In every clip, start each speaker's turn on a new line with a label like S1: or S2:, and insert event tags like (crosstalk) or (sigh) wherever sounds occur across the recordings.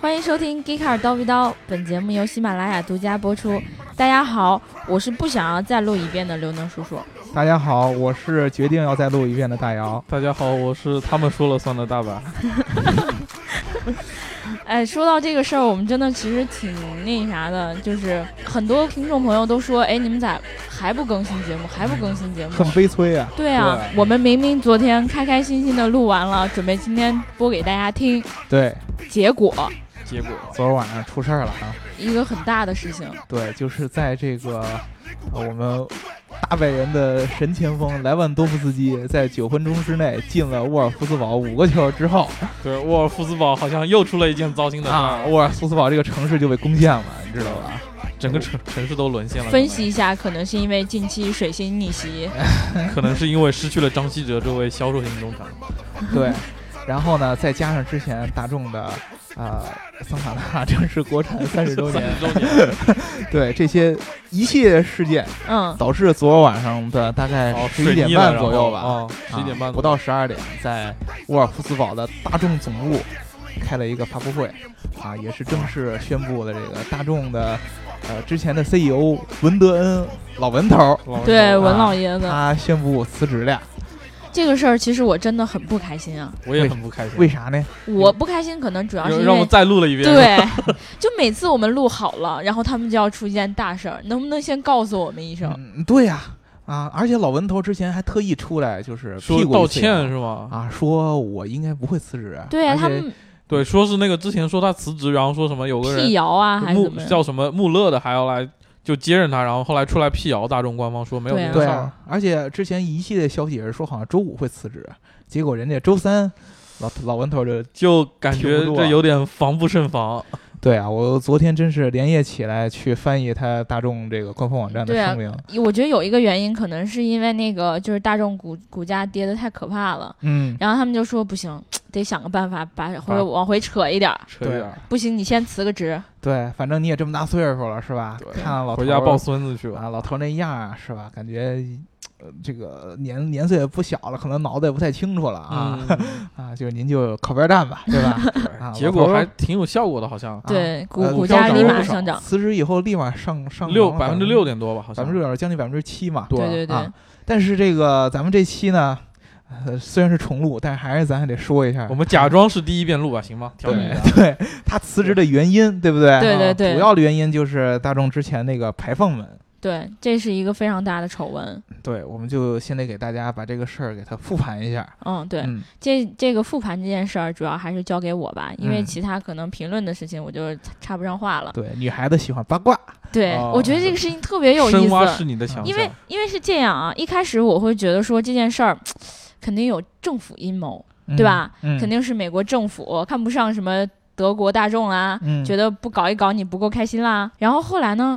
S1: 欢迎收听《g e e k a r 刀逼刀》，本节目由喜马拉雅独家播出。大家好，我是不想要再录一遍的刘能叔叔。
S2: 大家好，我是决定要再录一遍的大姚。
S3: 大家好，我是他们说了算的大白。
S1: 哎，说到这个事儿，我们真的其实挺那啥的，就是很多听众朋友都说，哎，你们咋还不更新节目？还不更新节目？
S2: 很悲催啊！
S1: 对啊，我们明明昨天开开心心的录完了，准备今天播给大家听，
S2: 对，
S1: 结果
S3: 结果
S2: 昨儿晚上出事儿了啊！
S1: 一个很大的事情，
S2: 对，就是在这个、呃我们大拜仁的神前锋莱万多夫斯基在九分钟之内进了沃尔夫斯堡五个球之后
S3: 对沃尔夫斯堡好像又出了一件糟心的事儿，
S2: 啊，沃尔夫斯堡这个城市就被攻陷了，你知道吧？
S3: 整个城城市都沦陷了。
S1: 分析一下，可能是因为近期水星逆袭，
S3: 可能可能是因为失去了张稀哲这位销售型中场，
S2: 对，然后呢，再加上之前大众的呃桑塔纳 (laughs) 正式国产三十周年，
S3: 30周年，
S2: 对这些一系列事件，
S1: 嗯，
S2: 导致昨儿晚上的大概
S3: 哦，
S2: 十一点半左右吧，啊
S3: 哦，十一点半
S2: 不到十二点，在沃尔夫斯堡的大众总部开了一个发布会，啊，也是正式宣布了这个大众的，呃，之前的 CEO 文德恩老文头儿，
S3: 到
S1: 对
S2: 我
S1: 文老爷子、
S2: 他宣布辞职了，
S1: 这个事儿，其实我真的很不开心啊！
S3: 我也很不开心。
S2: 为啥呢？
S1: 我不开心，可能主要是
S3: 嗯让
S1: 因
S3: 让我
S1: 为
S3: 再录了一遍。，
S1: 对，
S3: (laughs)
S1: 就每次我们录好了，然后他们就要出一件大事儿，能不能先告诉我们一声？
S2: 嗯，对呀、啊，而且老文头之前还特意出来就是
S3: 说
S2: 屁股
S3: 道
S2: 一碎啊
S3: 歉是吗？
S2: 啊，说我应该不会辞职，
S1: 对啊，
S2: 而且
S1: 他们
S3: 对，说是那个之前说他辞职，然后说什么有个
S1: 辟
S3: 人
S1: 谣啊，还是
S3: 穆
S1: 怎么样？
S3: 叫什么穆勒的还要来就接任他，然后后来出来辟谣，大众官方说没有
S1: 对
S3: 这
S1: 啊
S3: 个
S2: 对
S3: 事儿
S2: 啊。，而且之前一系列消息也是说，好像周五会辞职，结果人家周三老老文头就
S3: 就感
S2: 挺
S3: 觉
S2: 不住啊
S3: 这有点防不胜防。
S2: 对啊，我昨天真是连夜起来去翻译他大众这个官方网站的
S1: 对啊
S2: 声明，
S1: 我觉得有一个原因，可能是因为那个就是大众股股价跌得太可怕了，
S2: 嗯，
S1: 然后他们就说不行，得想个办法把回
S3: 把啊
S1: 往回扯一点儿，
S3: 扯
S2: 对
S3: 远
S2: 啊
S3: 了，
S1: 不行你先辞个职。
S2: 对，反正你也这么大岁数了是吧？
S3: 对
S2: 看看老头
S3: 回家抱孙子去吧。
S2: 啊，老头那样儿是吧？感觉。呃，这个年年岁也不小了，可能脑子也不太清楚了啊、
S3: 嗯，
S2: 啊！就您就靠边站吧， (laughs)
S1: (laughs)
S2: 对吧？啊
S3: 结
S2: 老
S3: 果
S2: 头
S3: 还挺有效果的，好像
S1: 对，股
S2: 呃
S1: 股
S2: 股
S1: 价
S3: 哎票
S1: 立
S3: 涨了
S1: 马
S3: 不
S2: 少
S1: 上涨，
S2: 辞职以后立马上上
S3: 六
S2: 涨了
S3: 百分之六点多吧，好
S2: 百
S3: 像
S2: 分之六将近百分之七嘛。
S1: 对对对，
S2: 啊但是这个咱们这期呢，呃，虽然是重录，但是还是咱还得说一下
S3: 我。们假装是第一遍录吧，行吗？调整一下。
S2: (laughs) 对他辞职的原因，对不对？
S1: 对对
S3: 啊
S1: 对
S2: 主要的原因就是大众之前那个排放门。
S1: 对，这是一个非常大的丑闻。
S2: 对，我们就先得给大家把这个事儿给它复盘一下。
S1: 嗯，对，
S2: 嗯，
S1: 这这个复盘这件事儿，主要还是交给我吧，因为
S2: 嗯
S1: 其他可能评论的事情我就插插不上话了。
S2: 对，女孩子喜欢八卦，
S1: 对，
S3: 哦
S1: 我觉得这个事情特别有
S3: 深
S1: 意
S3: 挖是
S1: 思，
S3: 你
S2: 嗯
S3: 的想象，
S1: 因为因为是这样啊，一开始我会觉得说这件事儿肯定有政府阴谋，
S2: 嗯
S1: 对吧？
S2: 嗯，
S1: 肯定是美国政府看不上什么德国大众啦，
S2: 嗯
S1: 觉得不搞一搞你不够开心啦。然后后来呢，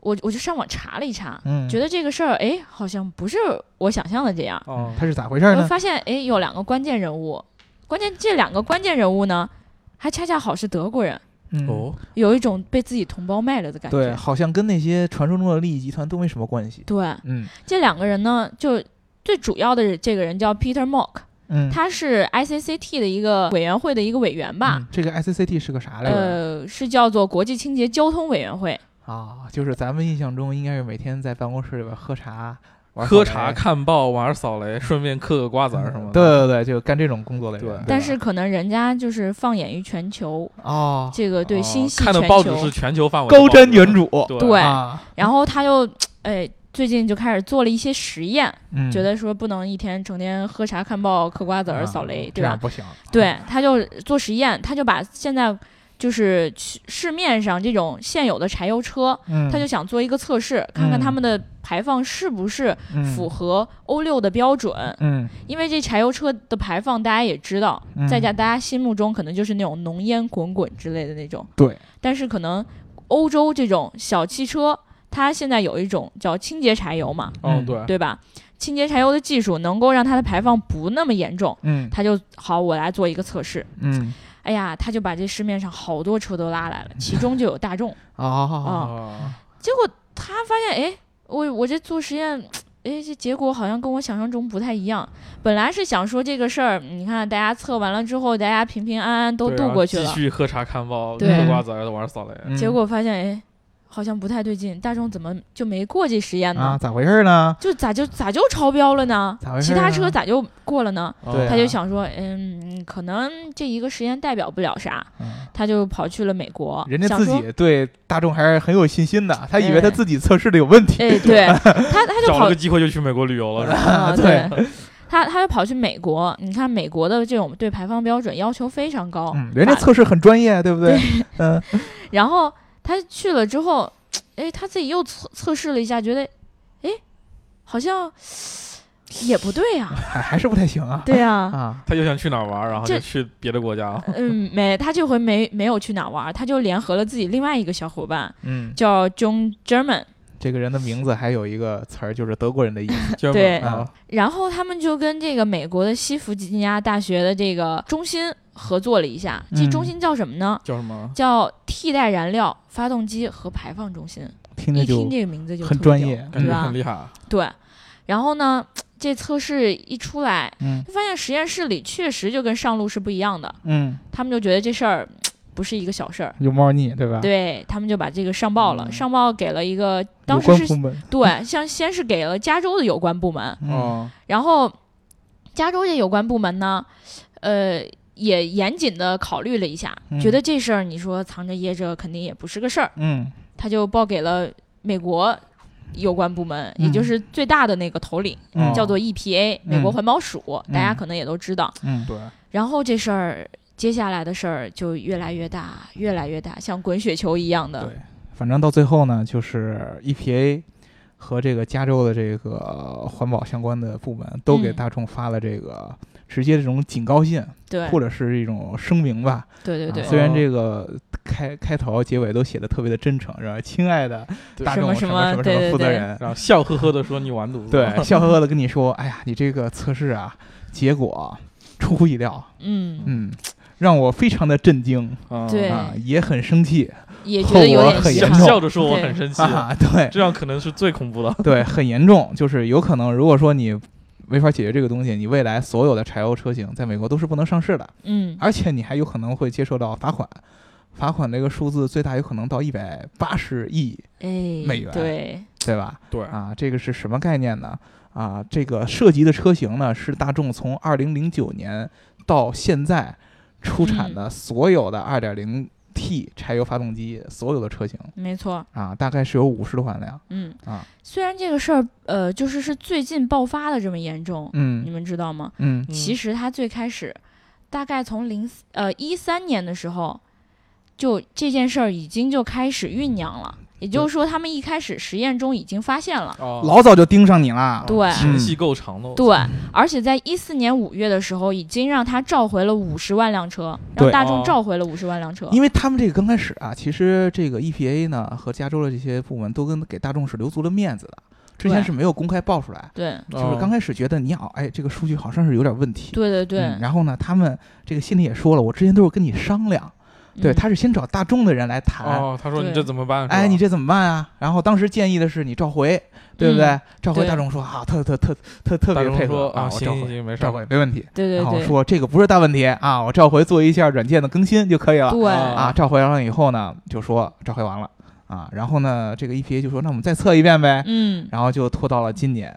S1: 我我就上网查了一查，
S2: 嗯，
S1: 觉得这个事儿哎好像不是我想象的这样。
S3: 哦，
S2: 他是咋回事儿
S1: 我
S2: 呢？
S1: 发现诶，有两个关键人物，关键这两个关键人物呢，还恰恰好是德国人，
S2: 嗯，
S3: 哦，
S1: 有一种被自己同胞卖了的感觉。
S2: 对，好像跟那些传说中的利益集团都没什么关系。
S1: 对
S2: 嗯
S1: 这两个人呢，就最主要的这个人叫 Peter Mock，
S2: 嗯，
S1: 他是 ICCT 的一个委员会的一个委员吧
S2: 嗯，这个 ICCT 是个啥来着？
S1: 呃，是叫做国际清洁交通委员会。
S2: 啊，就是咱们印象中应该是每天在办公室里边喝茶、玩
S3: 喝
S2: 扫
S3: 茶、
S2: 雷
S3: 看报、玩扫雷，顺便嗑个瓜子儿什么的。
S2: 对对对，就干这种工作的人。
S3: 对
S2: 吧
S1: 但是可能人家就是放眼于全球，
S2: 哦，
S1: 这个对
S3: 哦
S1: 心系
S3: 看
S1: 全
S3: 的报纸是
S1: 球，
S3: 全球范围的
S2: 高
S3: 报纸
S2: 瞻远瞩。
S1: 对
S2: 啊，
S1: 然后他又哎最近就开始做了一些实验，
S2: 嗯
S1: 觉得说不能一天成天喝茶看报、嗑瓜子儿、
S2: 啊
S1: 扫雷，
S2: 这
S1: 对
S2: 样
S1: 吧？
S2: 不行。
S1: 对，他就做实验，他就把现在就是市市面上这种现有的柴油车，
S2: 嗯，
S1: 他就想做一个测试，看看
S2: 嗯
S1: 他们的排放是不是符
S2: 合。
S1: 合欧六的标准。
S2: 嗯，
S1: 因为这柴油车的排放，大家也知道，
S2: 嗯
S1: 在家大家心目中可能就是那种浓烟滚滚之类的那种。
S2: 对。
S1: 但是可能欧洲这种小汽车，它现在有一种叫清洁柴油嘛，
S3: 哦
S2: 嗯
S3: 对，
S1: 对吧？清洁柴油的技术能够让它的排放不那么严重，
S2: 嗯
S1: 他就好，我来做一个测试。 (laughs)
S2: 嗯，
S1: 哎呀，他就把这市面上好多车都拉来了，其中就有
S2: (laughs)
S1: 大众。啊
S2: 哦，
S3: 哦
S1: 结果他发现，哎，我我这做实验哎，这结果好像跟我想象中不太一样。本来是想说这个事儿，你看大家测完了之后，大家平平安安都
S2: 啊
S3: 对
S1: 度
S3: 然后
S1: 过去了
S3: 继，续喝茶看
S1: (laughs)
S3: 报，
S1: 对
S3: 嗑瓜子儿玩扫雷。
S2: 嗯
S1: 结果发现哎，好像不太对劲，大众怎么就没过这实验呢？
S2: 啊，咋回事呢？
S1: 就咋就咋就超标了呢
S2: 咋回？事
S1: 其他
S2: 啊
S1: 车咋就过了呢？
S3: 哦
S2: 对
S1: 他
S2: 啊
S1: 就想说，嗯，可能这一个实验代表不了啥，
S2: 嗯
S1: 他就跑去了美国，
S2: 人家
S1: 哦想
S2: 自
S1: 说
S2: 己对大众还是很有信心的，他以为他
S1: 哎
S2: 自己测试的有问题。
S1: 哎，
S2: (laughs)
S1: 对他，他就
S3: 找了
S1: 跑
S3: 个机会就去美国旅游了，是吧？
S1: 啊，
S2: 对
S1: 对，他他就跑去美国。你看美国的这种对排放标准要求非常高，
S2: 嗯，人家测试很专业，对不对？嗯，
S1: 然后他去了之后，哎，他自己又测测试了一下，觉得，哎，好
S2: (laughs)
S1: 像也不对呀、
S2: 还还是不太行啊。
S1: 对
S2: (laughs)
S1: 呀、
S2: 啊，
S3: 他又想去哪儿玩，然后就
S1: 这
S3: 去别的国家。
S1: 嗯，没，他这回没没有去哪儿玩，他就联合了自己另外一个小伙伴，
S2: 嗯，
S1: 叫 John German，
S2: 这个人的名字还有一个词儿，就是德国人的意
S1: (laughs)
S2: 思。
S3: 专门
S1: 对
S3: 啊，
S1: 然后他们就跟这个美国的西弗吉尼亚大学的这个中心合作了一下，这
S2: 嗯
S1: 中心叫什么呢？
S3: 叫什么？
S1: 叫替代燃料发动机和排放中心，
S2: 听着
S1: 一
S2: 就
S1: 听这个名字就
S2: 很
S1: 特别
S2: 专
S1: 屌
S2: 业，
S3: 感觉
S1: 对吧
S3: 很厉害。
S1: 对，然后呢，这测试一出来，
S2: 嗯
S1: 就发现实验室里确实就跟上路是不一样的，
S2: 嗯，
S1: 他们就觉得这事儿不是一个小事儿，
S2: 有猫腻，对吧？，
S1: 对他们就把这个上报了，
S3: 嗯
S1: 上报给了一个
S2: 啊有
S1: 当时
S2: 关部
S1: 是
S2: 门。
S1: 对，像先是给了加州的有关部门，
S2: 嗯，
S3: 哦，
S1: 然后加州这有关部门呢，呃。也严谨的考虑了一下，
S2: 嗯
S1: 觉得这事儿你说藏着掖着肯定也不是个事儿，
S2: 嗯，
S1: 他就报给了美国有关部门，
S2: 嗯
S1: 也就是最大的那个头领，
S2: 嗯
S1: 叫做 EPA，、美国环保署，
S2: 嗯
S1: 大家可能也都知道。
S2: 嗯，
S3: 对，
S1: 然后这事儿，接下来的事儿就越来越大，越来越大，像滚雪球一样的。
S2: 对反正到最后呢，就是 EPA 和这个加州的这个环保相关的部门都给
S1: 嗯
S2: 大众发了这个直接这种警告信，
S1: 对
S2: 或者是一种声明吧。
S1: 对对
S2: 啊
S1: 对
S2: 虽然
S3: 哦
S2: 这个开开头结尾都写的特别的真诚，是吧？亲爱的
S3: 对
S2: 大众
S1: 什
S2: 么
S1: 么
S2: 什么
S1: 什么对对
S2: 负责
S1: 对
S2: 人，
S3: 然后笑呵呵的说：“你完犊子。”
S2: 对，
S3: (laughs)
S2: 笑呵呵的跟你说，哎呀，你这个测试啊，结果出乎意料，
S1: 嗯，
S2: 嗯，让我非常的震惊
S3: 嗯
S1: 对
S2: 啊，也很生气，
S1: 也觉得有
S2: 后果
S1: 点
S2: 很
S1: 像
S2: 严
S3: 笑
S2: 重
S3: 笑着说我很生气
S2: 哈，哈， (laughs)
S3: (laughs)
S2: 对
S3: 这样可能是最恐怖的。
S2: 对，很严重，就是有可能，如果说你没法解决这个东西，你未来所有的柴油车型在美国都是不能上市的，
S1: 嗯，
S2: 而且你还有可能会接受到罚款。罚款这个数字最大有可能到一百八十亿，
S1: 哎，
S2: 美元
S1: 对，
S2: 对吧？ (laughs)
S3: 对
S2: 啊，这个是什么概念呢？啊，这个涉及的车型呢是大众从二零零九年到现在出产的所有的二点零 T 柴油发动机所有的车型
S1: 没错，
S2: 啊，大概是有五十多万辆
S1: 嗯。
S2: 啊，
S1: 虽然这个事儿，呃，就是是最近爆发的这么严重，你
S2: 嗯
S1: 们知道吗？
S2: 嗯
S1: 其
S3: 实
S1: 实它最开始，大概从零呃一三年的时候，就这件事儿已经就开始酝酿了。
S2: 嗯
S1: 也就是说，他们一开始实验中已经发现了，
S3: 老
S2: 老早就盯上你啦，
S1: 对
S3: 前
S2: 嗯
S3: 戏够长
S2: 哦
S3: 的，我
S1: 对，而且在一四年五月的时候，已经让它召回了五十万辆车，让
S2: 对哦
S1: 大众
S3: 哦
S1: 召回了五十万辆车。
S2: 因为他们这个刚开始啊，其实这个 EPA 呢和加州的这些部门都跟给大众是留足了面子的，之前
S1: 对
S2: 是没有公开报出来，
S1: 对，
S3: 哦嗯
S2: 就是刚开始觉得你好，哎，这个数据好像是有点问题，
S1: 对对对，
S2: 嗯然后呢，他们这个心里也说了，我之前都是跟你商量，对，
S1: 嗯
S2: 他是先找大众的人来谈。
S3: 哦，他说
S1: 对
S3: 你这怎么办？
S2: 哎，
S3: 是吧
S2: 你这怎么办啊？然后当时建议的是你召回，对不对？
S1: 嗯
S2: 召回
S1: 对
S2: 大众说啊，特特特特特
S3: 大
S2: 别
S3: 众
S2: 配合
S3: 说啊，
S2: 我
S3: 行
S2: 召
S3: 行
S2: 回，
S3: 行，没事
S2: 召
S3: 儿。
S2: 回没问题。
S1: 对对
S2: 然后
S1: 对，
S2: 说这个不是大问题啊，我召回做一下软件的更新就可以了。
S1: 对
S3: 啊
S2: 啊，召回完了以后呢，就说召回完了啊，然后呢，这个 EPA 就说那我们再测一遍呗，
S1: 嗯，
S2: 然后就拖到了今年，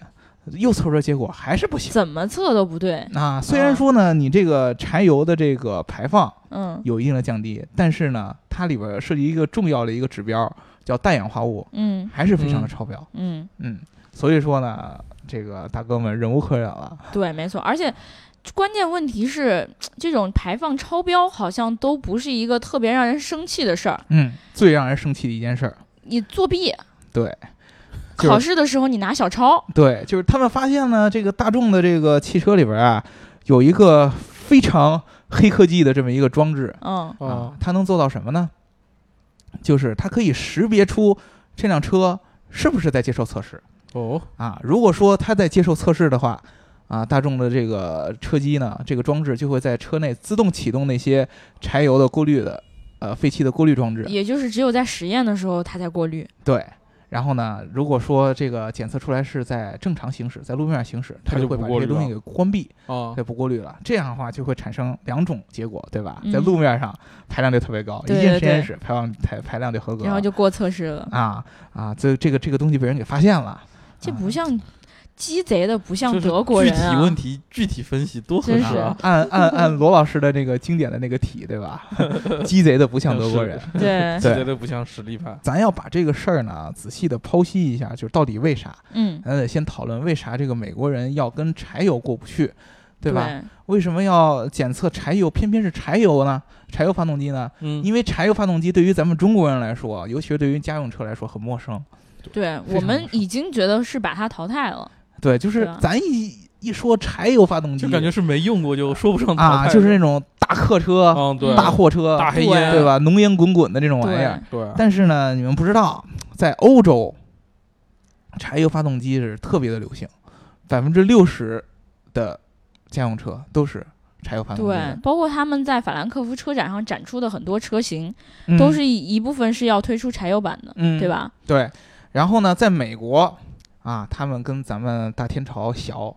S2: 又测出来结果还是不行。
S1: 怎么测都不对，
S2: 啊，虽然说呢，你这个柴油的这个排放
S1: 嗯
S2: 有一定的降低，但是呢，它里边涉及一个重要的一个指标叫氮氧化物，
S1: 嗯
S2: 还是非常的超标。
S1: 嗯，
S2: 嗯，所以说呢，这个大哥们忍无可忍了。
S1: 对，没错，而且。关键问题是，这种排放超标好像都不是一个特别让人生气的事儿。
S2: 嗯，最让人生气的一件事儿，
S1: 你作弊，
S2: 对，就是
S1: 考试的时候你拿小抄，
S2: 对，就是他们发现呢，这个大众的这个汽车里边啊，有一个非常黑科技的这么一个装置
S1: 嗯
S2: 啊
S3: 哦，，
S2: 它能做到什么呢？就是它可以识别出这辆车是不是在接受测试。
S3: 哦，
S2: 啊，如果说它在接受测试的话，啊，大众的这个车机呢，这个装置就会在车内自动启动那些柴油的过滤的，呃，废气的过滤装置。
S1: 也就是只有在实验的时候它才过滤。
S2: 对，然后呢，如果说这个检测出来是在正常行驶，在路面上行驶，它
S3: 它就
S2: 会
S3: 不
S2: 把
S3: 过
S2: 这些
S3: 滤
S2: 东西
S3: 了
S2: 给关闭，
S3: 啊
S2: 对，不过滤了。这样的话就会产生两种结果，对吧？在
S1: 嗯
S2: 路面上排量就特别高，
S1: 对
S2: 一进
S1: 对
S2: 实验
S1: 对
S2: 室排量排排量就合格了，
S1: 然后就过测试了。
S2: 啊啊，这这个这个东西被人给发现了，
S1: 这
S2: 啊
S1: 不像鸡贼的，不像
S3: 就是
S1: 德国人
S3: 具体问
S1: 啊。
S3: 题具体分析多合
S1: 真
S3: 适
S1: 是
S3: 啊！
S2: 按按按罗老师的这个经典的那个题，对吧？ (laughs) 鸡贼的不像德国人。
S1: 对，
S2: (laughs)
S3: 这
S2: 对
S3: 绝对不像实力派。
S2: 咱要把这个事儿呢仔细的剖析一下，就是到底为啥？
S1: 嗯，
S2: 咱得先讨论为啥这个美国人要跟柴油过不去，
S1: 对
S2: 对吧？？为什么要检测柴油，偏偏是柴油呢？柴油发动机呢？
S3: 嗯，
S2: 因为柴油发动机对于咱们中国人来说，尤其是对于家用车来说很陌生。
S1: 对
S2: 非
S1: 我
S2: 常
S1: 们
S2: 不爽
S1: 已经觉得是把它淘汰了。
S2: 对，就是
S1: 对啊
S2: 咱一一说柴油发动机，
S3: 就感觉是没用过，就说不上淘汰
S2: 啊，
S3: 的
S2: 就是那种大客车、
S3: 嗯，对，
S2: 大货车、
S3: 大黑
S1: 对
S3: 烟，
S2: 对？吧？浓烟滚滚的这种玩意
S1: 对
S2: 儿。，
S3: 对，
S2: 但是呢，你们不知道，在欧洲，柴油发动机是特别的流行，百分之六十的家用车都是柴油发动机
S1: 对
S2: 的，，
S1: 包括他们在法兰克福车展上展出的很多车型，
S2: 嗯
S1: 都是一一部分是要推出柴油版的，
S2: 嗯，
S1: 对？吧？
S2: 对。然后呢，在美国啊，他们跟咱们大天朝小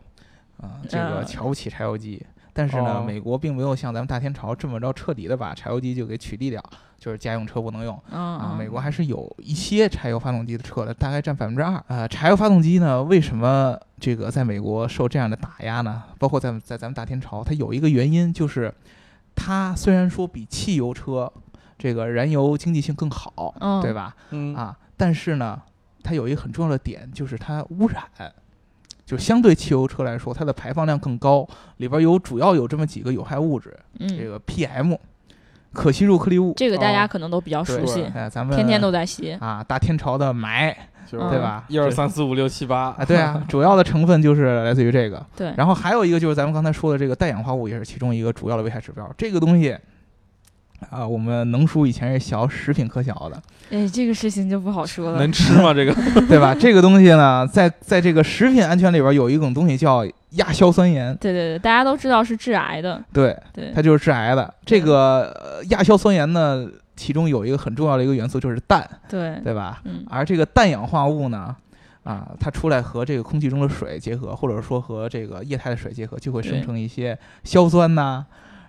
S2: 啊，这个
S1: 嗯
S2: 瞧不起柴油机。但是呢，
S3: 哦
S2: 美国并没有像咱们大天朝这么着彻底的把柴油机就给取缔掉，就是家用车不能用。
S1: 嗯，
S2: 啊，
S1: 嗯
S2: 美国还是有一些柴油发动机的车的，大概占百分之二。呃，柴油发动机呢，为什么这个在美国受这样的打压呢？包括在在咱们大天朝，它有一个原因就是，它虽然说比汽油车这个燃油经济性更好，
S1: 嗯
S2: 对吧？
S3: 嗯，
S2: 啊，但是呢，它有一个很重要的点就是它污染。就相对汽油车来说，它的排放量更高，里边有主要有这么几个有害物质，这
S1: 嗯，
S2: 个 PM，可吸入颗粒物，
S1: 这个大
S3: 哦
S1: 家可能都比较熟
S2: 对
S1: 悉，
S2: 哎，咱们
S1: 天天都在吸。
S2: 啊，大天朝的霾
S1: 嗯
S2: 对吧
S3: 一二三四五六七八
S2: 啊，对啊，主要的成分就是来自于这个。
S1: 对，
S2: 然后还有一个就是咱们刚才说的这个氮氧化物，也是其中一个主要的危害指标。这个东西啊，我们能叔以前是小食品科小
S1: (laughs)
S2: 的，
S1: 哎，这个事情就不好说了
S3: (laughs) 能。吃吗？这个
S2: 对吧？这个东西呢，在在这个食品安全里边有一种东西叫亚硝酸盐，
S1: 对对对，大家都知道是致癌的，
S2: 对，
S1: 对
S2: 它就是致癌的。这个呃亚硝酸盐呢，其中有一个很重要的一个元素就是氮，
S1: 对，
S2: 对吧？
S1: 嗯，
S2: 而这个氮氧化物呢，啊，它出来和这个空气中的水结合，或者说和这个液态的水结合，就会生
S1: 对
S2: 成一些硝酸呐、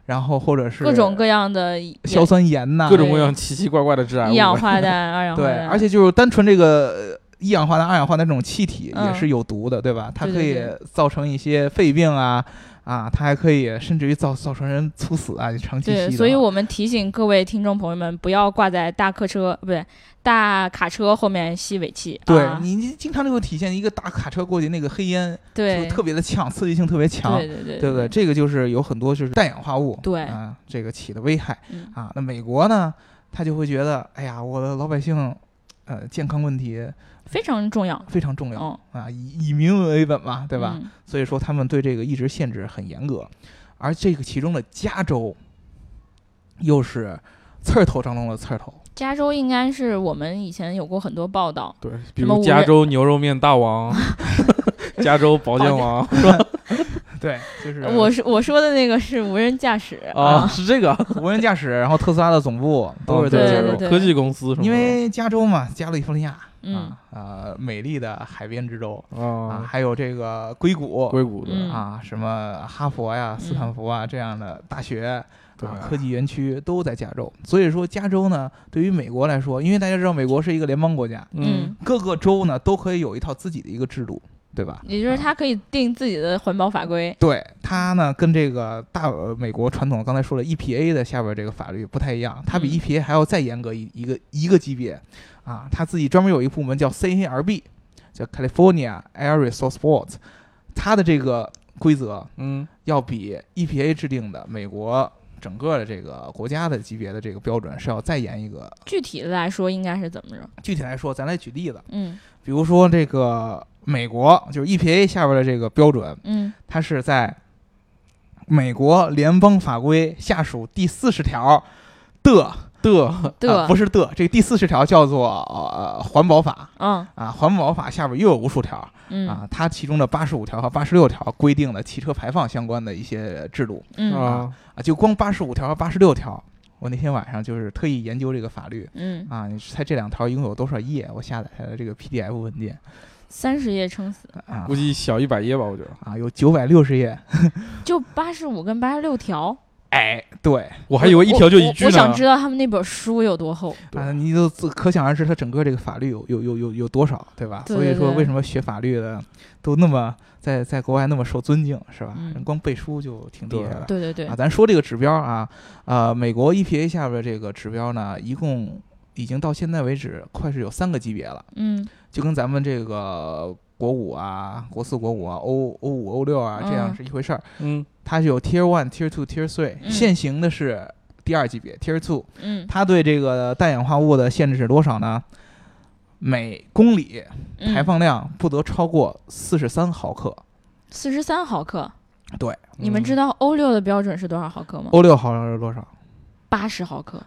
S2: 然后或者是
S1: 各种各样的
S2: 硝酸盐呐、
S3: 各种各样奇奇怪怪的致癌
S1: 一氧
S3: 物，
S1: 化
S2: (laughs)
S1: 氮、二氧化
S2: 对，
S1: 氮，
S2: 而且就是单纯这个。呃一氧化氮、二氧化氮这种气体也
S1: 嗯
S2: 是有毒的，对吧？它
S1: 对
S2: 可
S1: 对
S2: 以造成一些肺病啊，啊，它还可以甚至于造造成人猝死啊，你长期吸
S1: 对，
S2: 的
S1: 所以
S2: 话
S1: 我们提醒各位听众朋友们，不要挂在大客车，不对，大卡车后面吸尾气。
S2: 对
S1: 啊、
S2: 你你经常就会体现一个大卡车过去，那个黑烟就
S1: 对，
S2: 特别的呛，刺激性特别强，
S1: 对对对
S2: 对不对？
S1: 对
S2: 这个就是有很多就是氮氧化物，
S1: 对
S2: 啊，这个起的危害
S1: 嗯
S2: 啊。那美国呢，他就会觉得，哎呀，我的老百姓，呃，健康问题
S1: 非常重要。
S2: 非常重要、
S1: 嗯，
S2: 啊，以以民为本嘛，对吧？
S1: 嗯？
S2: 所以说他们对这个一直限制很严格，而这个其中的加州，又是刺儿头当中的刺儿
S1: (laughs)
S2: 头。
S1: 加州应该是我们以前有过很多报道，
S3: 对，比
S1: 什么
S3: 如
S1: 五
S3: 加
S1: 月
S3: 州牛肉面大 (laughs) 王，加州保健王
S2: 对，就是哦
S1: 我是我说的那个是无人驾驶
S3: 啊，，是这
S2: (laughs)
S3: 个，啊
S2: 无人驾驶，然后特斯拉的总部都是
S1: 对
S2: 在
S1: 对
S2: 加
S1: 哦对
S2: 州
S1: 对，
S3: 科技公司什么的，
S2: 因为加州嘛，加利福尼亚
S1: 嗯，
S2: 啊，呃，美丽的海边之州，啊，
S3: 啊， (laughs)
S2: 还有这个硅谷
S3: 硅谷的，
S1: 嗯
S2: 啊，什么哈佛呀、斯坦福啊这样的大学
S3: 对
S2: 啊，科技园区都在加州。所以说，加州呢，对于美国来说，因为大家知道美国是一个联邦国家，
S1: 嗯，
S2: 各个州呢都可以有一套自己的一个制度，对吧？
S1: 也就是他可以定自己的环保法规。
S2: 对它呢，跟这个大呃美国传统刚才说了 EPA 的下边这个法律不太一样，它比
S1: 嗯
S2: EPA 还要再严格一一个一个级别啊，它自己专门有一部门叫 CARB，叫 California Air Resource Board，它的这个规则
S3: 嗯，
S2: 要比 EPA 制定的美国整个的这个国家的级别的这个标准是要再严一个。
S1: 具体的来说，应该是怎么着？
S2: 具体来说，咱来举例子，
S1: 嗯
S2: 比如说这个美国就是 EPA 下边的这个标准，
S1: 嗯
S2: 它是在美国联邦法规下属第四十条的
S3: 的
S1: 的
S2: 啊不是的，这个第四十条叫做呃环保法
S1: 嗯
S2: 啊，环保法下边又有无数条
S1: 嗯
S2: 啊，它其中的八十五条和八十六条规定了汽车排放相关的一些制度
S1: 嗯
S3: 啊，
S2: 啊，就光八十五条和八十六条。我那天晚上就是特意研究这个法律
S1: 嗯，
S2: 啊，你猜这两条一共有多少页？我下载了这个 PDF 文件
S1: 三十页撑死，
S2: 啊
S3: 估计小一百页吧，我觉得。
S2: 啊，有九百六十页。
S1: 就八十五跟八十六条，
S2: 哎，对
S3: 我还以为一条就一句
S1: 我我我
S3: 呢
S1: 想。知道他们那本书有多厚。
S3: 对
S2: 啊，你就自可想而知，它整个这个法律有有有有有多少，对吧？
S1: 对
S2: 所以说，
S1: 对
S2: 为什么学法律的都那么在在国外那么受尊敬，是吧？
S1: 嗯
S2: 人光背书就挺厉
S3: 对
S2: 害的。
S1: 对对对
S2: 啊，，咱说这个指标啊，呃，美国 EPA 下边这个指标呢，一共已经到现在为止，快是有三个级别了，
S1: 嗯
S2: 就跟咱们这个国五啊、国四、国五啊、欧欧五、欧六啊这样
S1: 嗯
S2: 是一回事儿。
S3: 嗯，
S2: 它是有 Tier One、Tier Two、Tier Three，、
S1: 嗯
S2: 现行的是第二级别 Tier Two，
S1: 嗯
S2: 它对这个氮氧化物的限制是多少呢？每公里
S1: 嗯，哦
S2: 排放量不得超过四十三毫克，
S1: 四十三毫克。
S2: 对，
S1: 你
S3: 嗯
S1: 们知道欧六的标准是多少毫克吗？
S2: 嗯欧六毫克是多少？
S1: 八十毫克，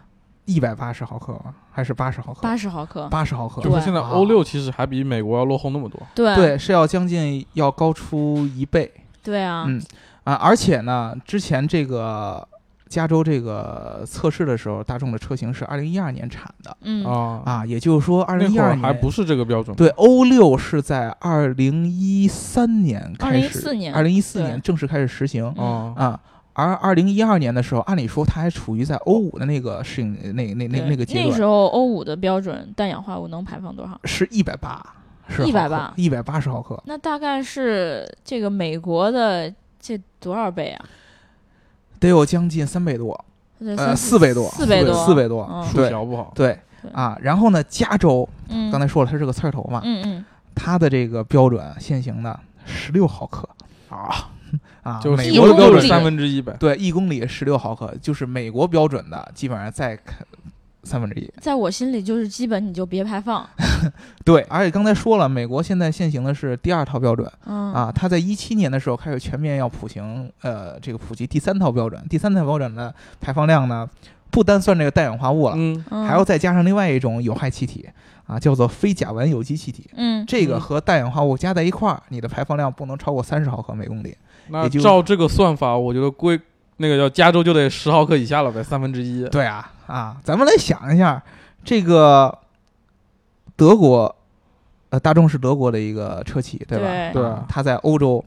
S2: 一百八十毫克吗？还是八十毫克？
S1: 八十毫克。
S2: 八十毫克，
S3: 就是
S1: 对
S3: 现在
S2: 啊
S3: 欧六其实还比美国要落后那么多。
S1: 对啊
S2: 对，是要将近要高出一倍
S1: 对啊，
S2: 嗯啊！而且呢，之前这个加州这个测试的时候，大众的车型是二零一二年产的
S1: 嗯
S3: 啊，
S2: 啊，也就是说二
S3: 那
S2: 零一
S3: 会
S2: 二
S3: 儿
S2: 年
S3: 还不是这个标准。
S2: 对欧六是在二零一三年开始，
S1: 2014年
S2: 二零一四年
S1: 对嗯
S2: 正式开始实行
S3: 啊，
S2: 啊。而二零一二年的时候，按理说它还处于在欧五的那个适应那那那
S1: 对
S2: 那个阶段
S1: 时，候欧五的标准氮氧化物能排放多少？
S2: 是一百八，是
S1: 180
S2: 一百八十毫克，
S1: 那大概是这个美国的这多少倍啊？
S2: 得有将近三倍多，
S1: 这
S2: 呃，
S1: 三
S2: 四倍多，
S1: 四倍多，
S2: 四倍多，
S1: 嗯
S3: 数
S2: 对
S3: 学不好。
S2: 对
S1: 对
S2: 啊，然后呢，加州
S1: 嗯，
S2: 刚才说了，它是个刺儿头嘛，
S1: 嗯嗯，
S2: 它的这个标准现行的十六毫克啊啊，
S3: 就是
S2: 美
S1: 一
S2: 国
S3: 国
S2: 的
S3: 的
S1: 公
S2: 标
S3: 标准
S1: 里
S2: 准
S3: 三分之一呗。
S2: 对一公里十六毫克，就是美国标准的基本上在三分之一。
S1: 在我心里就是基本你就别排
S2: (laughs)
S1: 放。
S2: 对，而且刚才说了，美国现在现行的是第二套标准
S1: 嗯
S2: 啊，它在一七年的时候开始全面要普行，呃，这个普及第三套标准。第三套标准的排放量呢，不单算这个氮氧化物了，
S3: 嗯，
S1: 嗯
S2: 还要再加上另外一种有害气体啊，叫做非甲烷有机气体。
S1: 嗯
S2: 这个
S3: 嗯
S2: 和氮氧化物加在一块儿，你的排放量不能超过三十毫克每公里。
S3: 那
S2: 也就
S3: 照这个算法，我觉得归那个叫加州就得十毫克以下了呗，三分之一。
S2: 对啊，啊，咱们来想一下，这个德国，呃，大众是德国的一个车企，对吧？
S1: 对嗯
S3: 对
S2: 啊它在欧洲，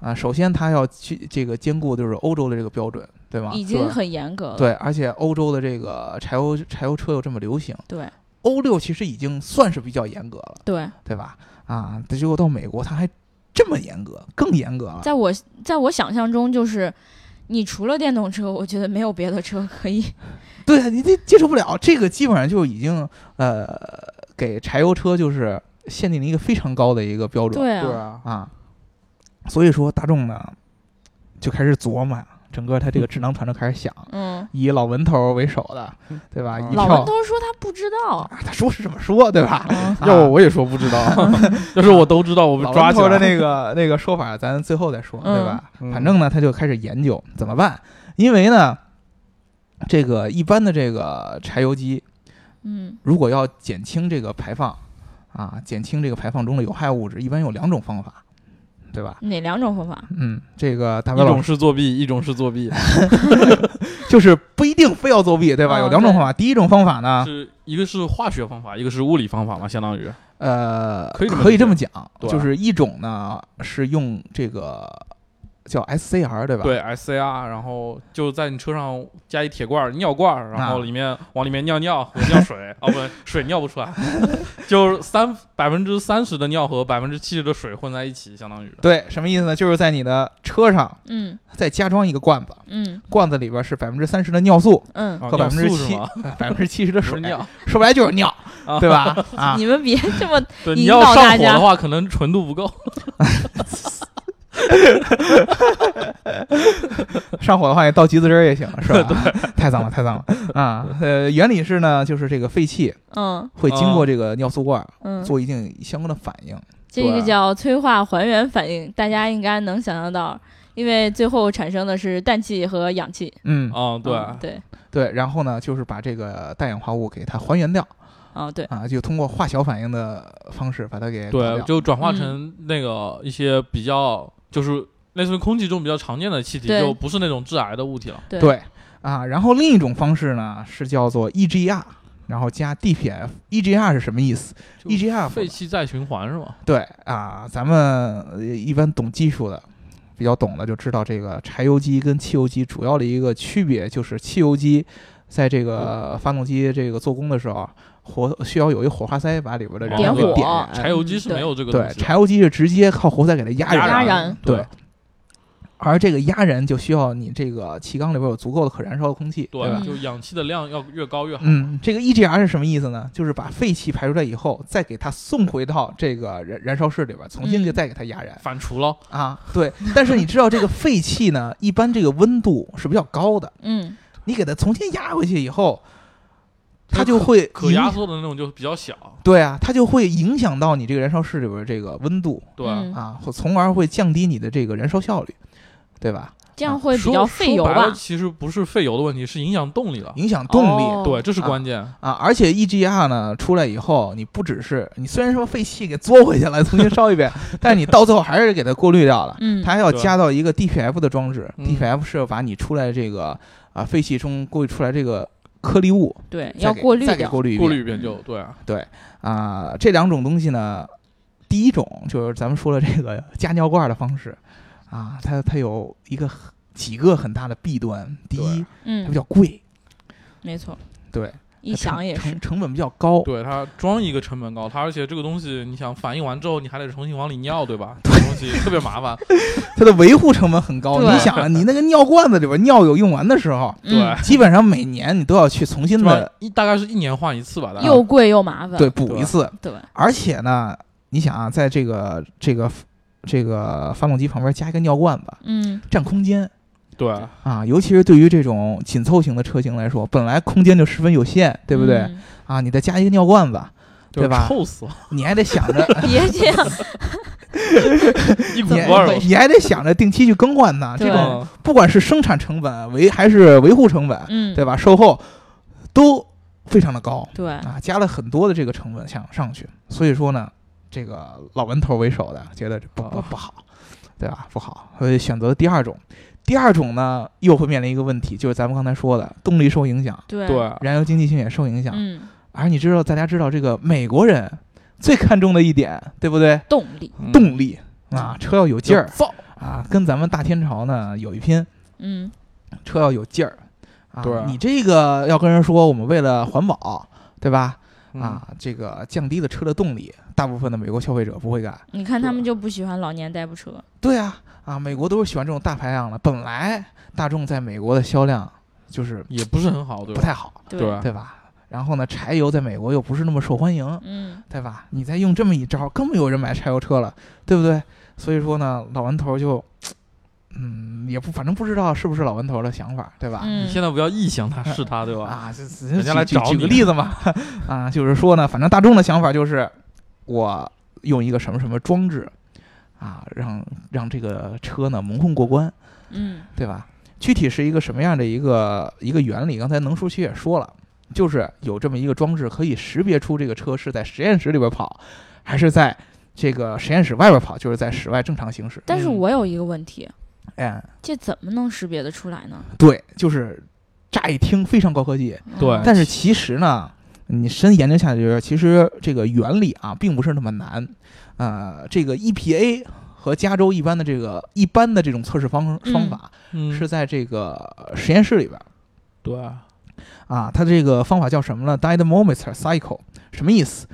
S2: 啊，首先它要去这个兼顾就是欧洲的这个标准，对吗？
S1: 已经很严格了。
S2: 对，而且欧洲的这个柴油柴油车又这么流行，
S1: 对
S2: 欧六其实已经算是比较严格了，
S1: 对，
S2: 对吧？啊，结果到美国它还这么严格，更严格了。
S1: 在我在我想象中就是。你除了电动车，我觉得没有别的车可以。
S2: 对啊，你这接受不了，这个基本上就已经呃给柴油车就是限定了一个非常高的一个标准
S1: 对
S3: 对
S1: 啊，
S3: 啊，
S2: 啊，所以说大众呢就开始琢磨，整个他这个智囊团就开始想，
S1: 嗯，
S2: 以老文头为首的
S3: 嗯，
S2: 对吧？
S3: 啊
S2: 一
S1: 老文
S2: 票
S1: 头说他不知道，
S2: (laughs) 啊他说是这么说，对吧？
S1: 嗯
S2: 啊
S3: 要我我也说不知道， (laughs) 要是我都知道，我被
S2: 老
S3: 抓
S2: 文
S3: 起
S2: 头的
S3: 来。 (laughs)
S2: 那个那个说法，咱最后再说，
S1: 嗯
S2: 对吧？
S3: 嗯
S2: 反正呢，他就开始研究怎么办，因为呢，这个一般的这个柴油机，
S1: 嗯
S2: 如果要减轻这个排放，啊，减轻这个排放中的有害物质，一般有两种方法，对吧？
S1: 哪两种方法？
S2: 嗯，这个大白
S3: 一
S2: 老
S3: 种
S2: 师
S3: 是作弊，一种是作弊，
S2: 啊就是不一定非要作弊，对吧？
S1: 嗯
S2: 有两种方法，第一种方法呢，
S3: 是一个是化学方法，一个是物理方法嘛，相当于
S2: 呃，
S3: 可以这么
S2: 可以这么讲，
S3: 对
S2: 就是一种呢是用这个叫 SCR，对吧？
S3: 对 SCR，然后就在你车上加一铁罐儿尿罐儿，然后
S2: 啊
S3: 里面往里面尿尿和尿水，
S2: (laughs)
S3: 哦不，水尿不出来， (laughs) 就是三百分之三十的尿和百分之七十的水混在一起，相当于
S2: 对，什么意思呢？就是在你的车上
S1: 嗯
S2: 再加装一个罐子，
S1: 嗯
S2: 罐子里边是百分之三十的尿素，
S1: 嗯，
S3: 啊
S2: 和
S3: 尿素
S2: 77% (laughs)
S3: 是吗？
S2: 百分之七十的
S3: 不是
S2: 水，
S3: 尿，
S2: 说白了就是尿，
S3: 啊
S2: 对吧？
S3: (laughs)
S2: 啊，
S1: 你们别这么
S3: 对，
S1: 引
S3: 你要
S1: 导
S3: 上
S1: 大
S3: 火
S1: 家
S3: 的话，可能纯度不够。
S2: 上火的话，你倒橘子汁儿也行，是
S3: (laughs)
S2: 吧？太脏了，太脏了啊！呃，原理是呢，就是这个废气
S1: 嗯
S2: 会经过这个尿素罐
S1: 嗯，
S2: 做一定相关的反应。
S1: 这个
S3: 对
S1: 叫催化还原反应，大家应该能想象到，因为最后产生的是氮气和氧气。
S2: 嗯，
S3: 啊，对，
S1: 嗯对，
S2: 对，然后呢，就是把这个氮氧化物给它还原掉
S1: 啊对，
S2: 啊，就通过化小反应的方式把它给哎搞
S3: 哎对，
S2: 掉
S3: 就转化成
S1: 嗯
S3: 那个一些比较，就是类似于空气中比较常见的气体，
S1: 对
S3: 就不是那种致癌的物体了。
S1: 对
S2: 对啊，然后另一种方式呢是叫做 EGR，然后加 DPF。EGR E 是什么意思 E
S3: 就
S2: ？EGR
S3: 废气再循环是吧？
S2: 对啊，咱们呃一般懂技术的，比较懂的就知道这个柴油机跟汽油机主要的一个区别就是汽油机在这
S3: 嗯
S2: 个发动机这个做工的时候，火需要有一火花塞把里边的燃料
S1: 点
S2: 给
S1: 火啊
S2: 点燃。
S3: 柴油机是没有这个东
S2: 嗯对，
S3: 西的，
S2: 柴油机是直接靠活塞给它压
S1: 燃
S2: 燃，
S1: 压燃
S2: 对。而这个压燃就需要你这个气缸里边有足够的可燃烧的空气，对吧？
S3: 对，就氧气的量要越高越好。
S2: 嗯，这个 EGR 是什么意思呢？就是把废气排出来以后，再给它送回到这个燃燃烧室里边，重新
S1: 嗯
S2: 就再给它压燃、
S3: 反刍了，
S2: 啊。对，但是你知道这个废气呢，一般这个温度是比较高的，
S1: 嗯，
S2: 你给它重新压回去以后，它
S3: 它
S2: 就会
S3: 可
S2: 影
S3: 压缩的那种就比较小，
S2: 对啊，它就会影响到你这个燃烧室里边这个温度
S3: 对，
S1: 嗯
S2: 啊，或从而会降低你的这个燃烧效率，对吧？
S1: 这样会比
S3: 说
S1: 较费油
S3: 说白了
S1: 吧？
S3: 其实不是费油的问题，是影响动力了。
S2: 影响动力、
S1: 哦
S3: 对，这是
S2: 啊
S3: 关键。
S2: 啊，而且 EGR 呢出来以后，你不只是你虽然说废气给嘬回去了，重新
S1: (laughs)
S2: 烧一遍，但是你到最后还是给它过滤掉了。
S1: 嗯
S2: 它还要
S3: 对
S2: 加到一个 DPF 的装置、
S3: 嗯
S2: d p f 是把你出来这个啊废气中过滤出来这个颗粒物，
S1: 对，
S2: 再
S1: 要
S2: 给
S1: 过滤
S2: 再给
S1: 掉。
S2: 过滤一
S3: 过
S2: 遍
S3: 滤一遍就对啊，
S2: 啊。这两种东西呢，第一种就是咱们说的这个加尿罐的方式啊，它它有一个很几个很大的弊端，第一
S3: 对
S2: 它
S1: 嗯
S2: 比，较贵，
S1: 没错，
S2: 对，
S1: 嗯一想
S2: (laughs)
S1: 也
S2: 成
S1: 是
S2: 成，成本比较高，
S3: 对它装一个成本高，它而且这个东西你想反应完之后，你还得重新往里尿，对吧？这个东西特别麻烦。
S2: 它的维护成本很高。
S1: 对
S2: 你想啊，你那个尿罐子里边尿有用完的时候，
S1: 嗯，
S2: 基本上每年你都要去重新
S3: 是吧
S2: 的？
S3: 一大概是一年换一次吧，大概
S1: 又贵又麻烦。
S2: 对补一次。
S1: 对，
S2: 而且呢，你想啊，在这个这个这个发动机旁边加一个尿罐子，
S1: 嗯，
S2: 占空间
S3: 对
S2: 啊，尤其是对于这种紧凑型的车型来说，本来空间就十分有限，对不对、
S1: 嗯？
S2: 啊？你再加一个尿罐子，
S3: 就
S2: 对吧
S3: 臭
S2: (laughs)
S3: 死了，
S2: 你还得想着
S1: (laughs) 别这样，
S3: 一股
S2: 你
S3: 味儿
S2: 还。你还得想着定期去更换呢。
S1: 对
S2: 这
S1: 吧
S2: 种
S3: 嗯
S2: 不管是生产成本维还是维护成本，
S1: 嗯，
S2: 对吧？售后都非常的高
S1: 对，
S2: 啊，加了很多的这个成本想上去，所以说呢，这个老文头为首的觉得这不不
S3: 哦
S2: 不好，对吧？不好，所以选择第二种。第二种呢，又会面临一个问题，就是咱们刚才说的动力受影响，
S1: 对，
S3: 对，
S2: 燃油经济性也受影响。
S1: 嗯，
S2: 而你知道，大家知道这个美国人最看重的一点，对不对？
S1: 动力，
S3: 嗯
S2: 动力啊，车要有劲儿
S3: 造，
S2: 啊，跟咱们大天朝呢有一拼。
S1: 嗯，
S2: 车要有劲儿啊。
S3: 对
S2: 你这个要跟人说，我们为了环保，对吧？
S3: 嗯
S2: 啊，这个降低了车的动力，大部分的美国消费者不会干。
S1: 你看他们就不喜欢老年代步车，
S2: 对啊，啊，美国都是喜欢这种大排量的。本来大众在美国的销量就是
S3: 也不是很好，对
S2: 不
S3: 吧？
S2: 太好，
S1: 对，
S3: 对
S2: 对啊吧？然后呢，柴油在美国又不是那么受欢迎，
S1: 嗯，
S2: 对吧？你再用这么一招，更没有人买柴油车了，对不对？所以说呢，老顽头就，嗯，也不反正不知道是不是老顽头的想法，对吧？
S1: 嗯，
S3: 你现在不要臆想它是它，对吧？
S2: 啊，这这
S3: 人家来
S2: 举
S3: 找
S2: 举
S3: 你
S2: 个例子嘛，啊，就是说呢，反正大众的想法就是，我用一个什么什么装置，啊，让让这个车呢蒙混过关，
S1: 嗯，
S2: 对吧？具体是一个什么样的一个一个原理？刚才能叔其实也说了，就是有这么一个装置，可以识别出这个车是在实验室里边跑，还是在这个实验室外边跑，就是在室外正常行驶。
S1: 但是
S3: 嗯
S1: 我有一个问题，
S2: 哎，
S1: 这怎么能识别得出来呢？
S2: 对，就是乍一听非常高科技，
S1: 嗯
S3: 对
S2: 但是其实呢，你深研究下去，其实这个原理啊，并不是那么难。呃，这个 EPA 和加州一般的这个一般的这种测试方
S1: 嗯
S2: 方法，
S3: 嗯，
S2: 是在这个实验室里边儿
S3: 对啊，
S2: 啊。它这个方法叫什么呢？Dynamometer cycle，什么意思？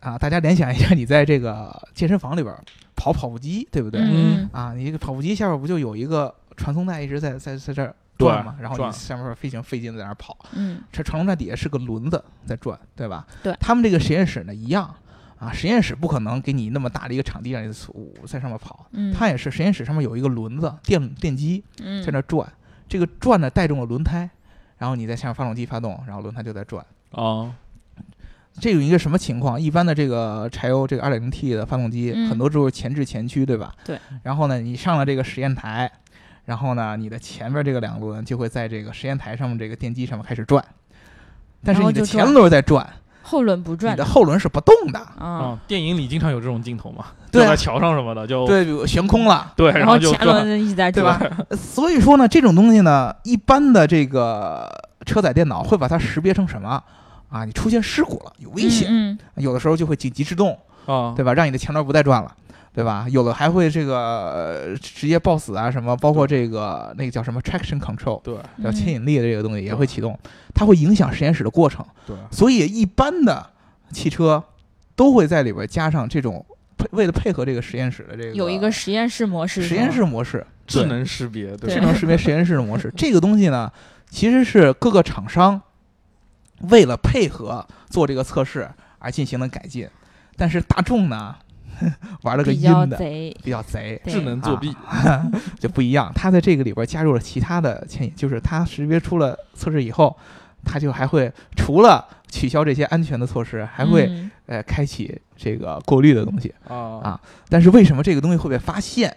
S2: 啊，大家联想一下，你在这个健身房里边儿跑跑步机，对不对？
S1: 嗯，
S2: 啊，你这个跑步机下边儿不就有一个传送带一直在在在这儿
S3: 对
S2: 转嘛，然后你
S3: 转
S2: 上面儿费劲费劲地在那儿跑，
S1: 嗯，
S2: 这传送带底下是个轮子在转，对吧？
S1: 对
S2: 他们这个实验室呢一样啊，实验室不可能给你那么大的一个场地让你嗖在上面跑，
S1: 嗯，
S2: 它也是实验室上面有一个轮子，电电机
S1: 嗯
S2: 在那转，这个转呢带动了轮胎，然后你再向发动机发动，然后轮胎就在转。
S1: 嗯
S3: 啊，
S2: 这有一个什么情况？一般的这个柴油这个 2.0T 的发动机，
S1: 嗯
S2: 很多都是前置前驱，对吧？
S1: 对。
S2: 然后呢，你上了这个实验台，然后呢，你的前面这个两轮就会在这个实验台上面这个电机上面开始转，但是
S1: 然后
S2: 你
S1: 就
S2: 的前轮在转，
S1: 后轮不
S2: 你
S1: 转的，
S2: 的后轮是不动的，
S1: 嗯，
S3: 啊，电影里经常有这种镜头
S2: (laughs)
S3: 嘛，
S2: 对啊
S3: 就在桥上什么的，就
S2: 对，比如悬空了。
S3: 对，
S1: 然
S3: 后就
S1: 前轮一直在
S2: 对
S1: 转嗯
S2: 吧？所以说呢，这种东西呢，一般的这个车载电脑会把它识别成什么啊？你出现事故了，有危险，
S1: 嗯
S2: 有的时候就会紧急制动，
S3: 啊，
S2: 对吧？让你的前轮不再转了，对吧？有的还会这个呃直接抱死啊什么，包括这个那个叫什么 traction control，
S3: 对
S1: 嗯
S2: 叫牵
S1: 嗯
S2: 引力的这个东西也会启动，它会影响实验室的过程。
S3: 对，
S2: 所以一般的汽车都会在里边加上这种配为了配合这个实验室的这个
S1: 有一个实验室模式，
S2: 实验室模式，
S3: 智
S2: 对
S3: 能识别，对
S1: 对
S2: 智能识别实验室的
S1: (laughs)
S2: 模式。这个东西呢，其实是各个厂商为了配合做这个测试而进行的改进，但是大众呢 (laughs) 玩了个
S1: 比
S2: 阴
S1: 较
S2: 的，
S1: 贼，
S2: 比较贼，
S1: 对
S3: 智能作弊，
S2: 就不一样。它在这个里边加入了其他的牵引，就是它识别出了测试以后，它就还会除了取消这些安全的措施，还会、
S1: 嗯
S2: 呃开启这个过滤的东西。
S3: 啊
S2: 但是为什么这个东西会被发现？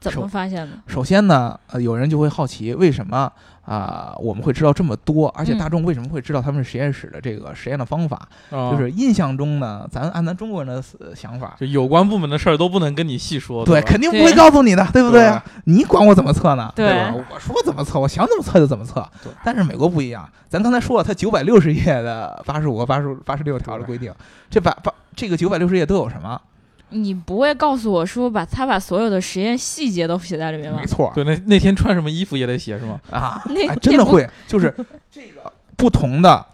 S1: 怎
S2: 手
S1: 么发现的？
S2: 首先呢，呃，有人就会好奇，为什么啊、我们会知道这么多，而且
S1: 嗯
S2: 大众为什么会知道他们实验室的这个实验的方法？
S3: 啊，
S2: 就是印象中呢，咱按咱中国人的呃想法，
S3: 就有关部门的事儿都不能跟你细说，
S2: 对，
S3: 吧
S2: 肯定不会
S1: 对
S2: 告诉你的，对不对啊
S3: 对？
S2: 你管我怎么测呢？
S1: 对
S2: 吧？我说怎么测，我想怎么测就怎么测
S3: 对。
S2: 但是美国不一样，咱刚才说了，它九百六十页的八十五、八十八十六条的规定，这把把这个九百六十页都有什么？
S1: 你不会告诉我说把他把所有的实验细节都写在里面吧
S2: 没？错，
S3: 对，那那天穿什么衣服也得写是吗？
S2: 啊，
S1: 那
S2: 哎
S1: 那
S2: 真的
S1: 不
S2: 会，
S3: (laughs)
S2: 就是这个不同的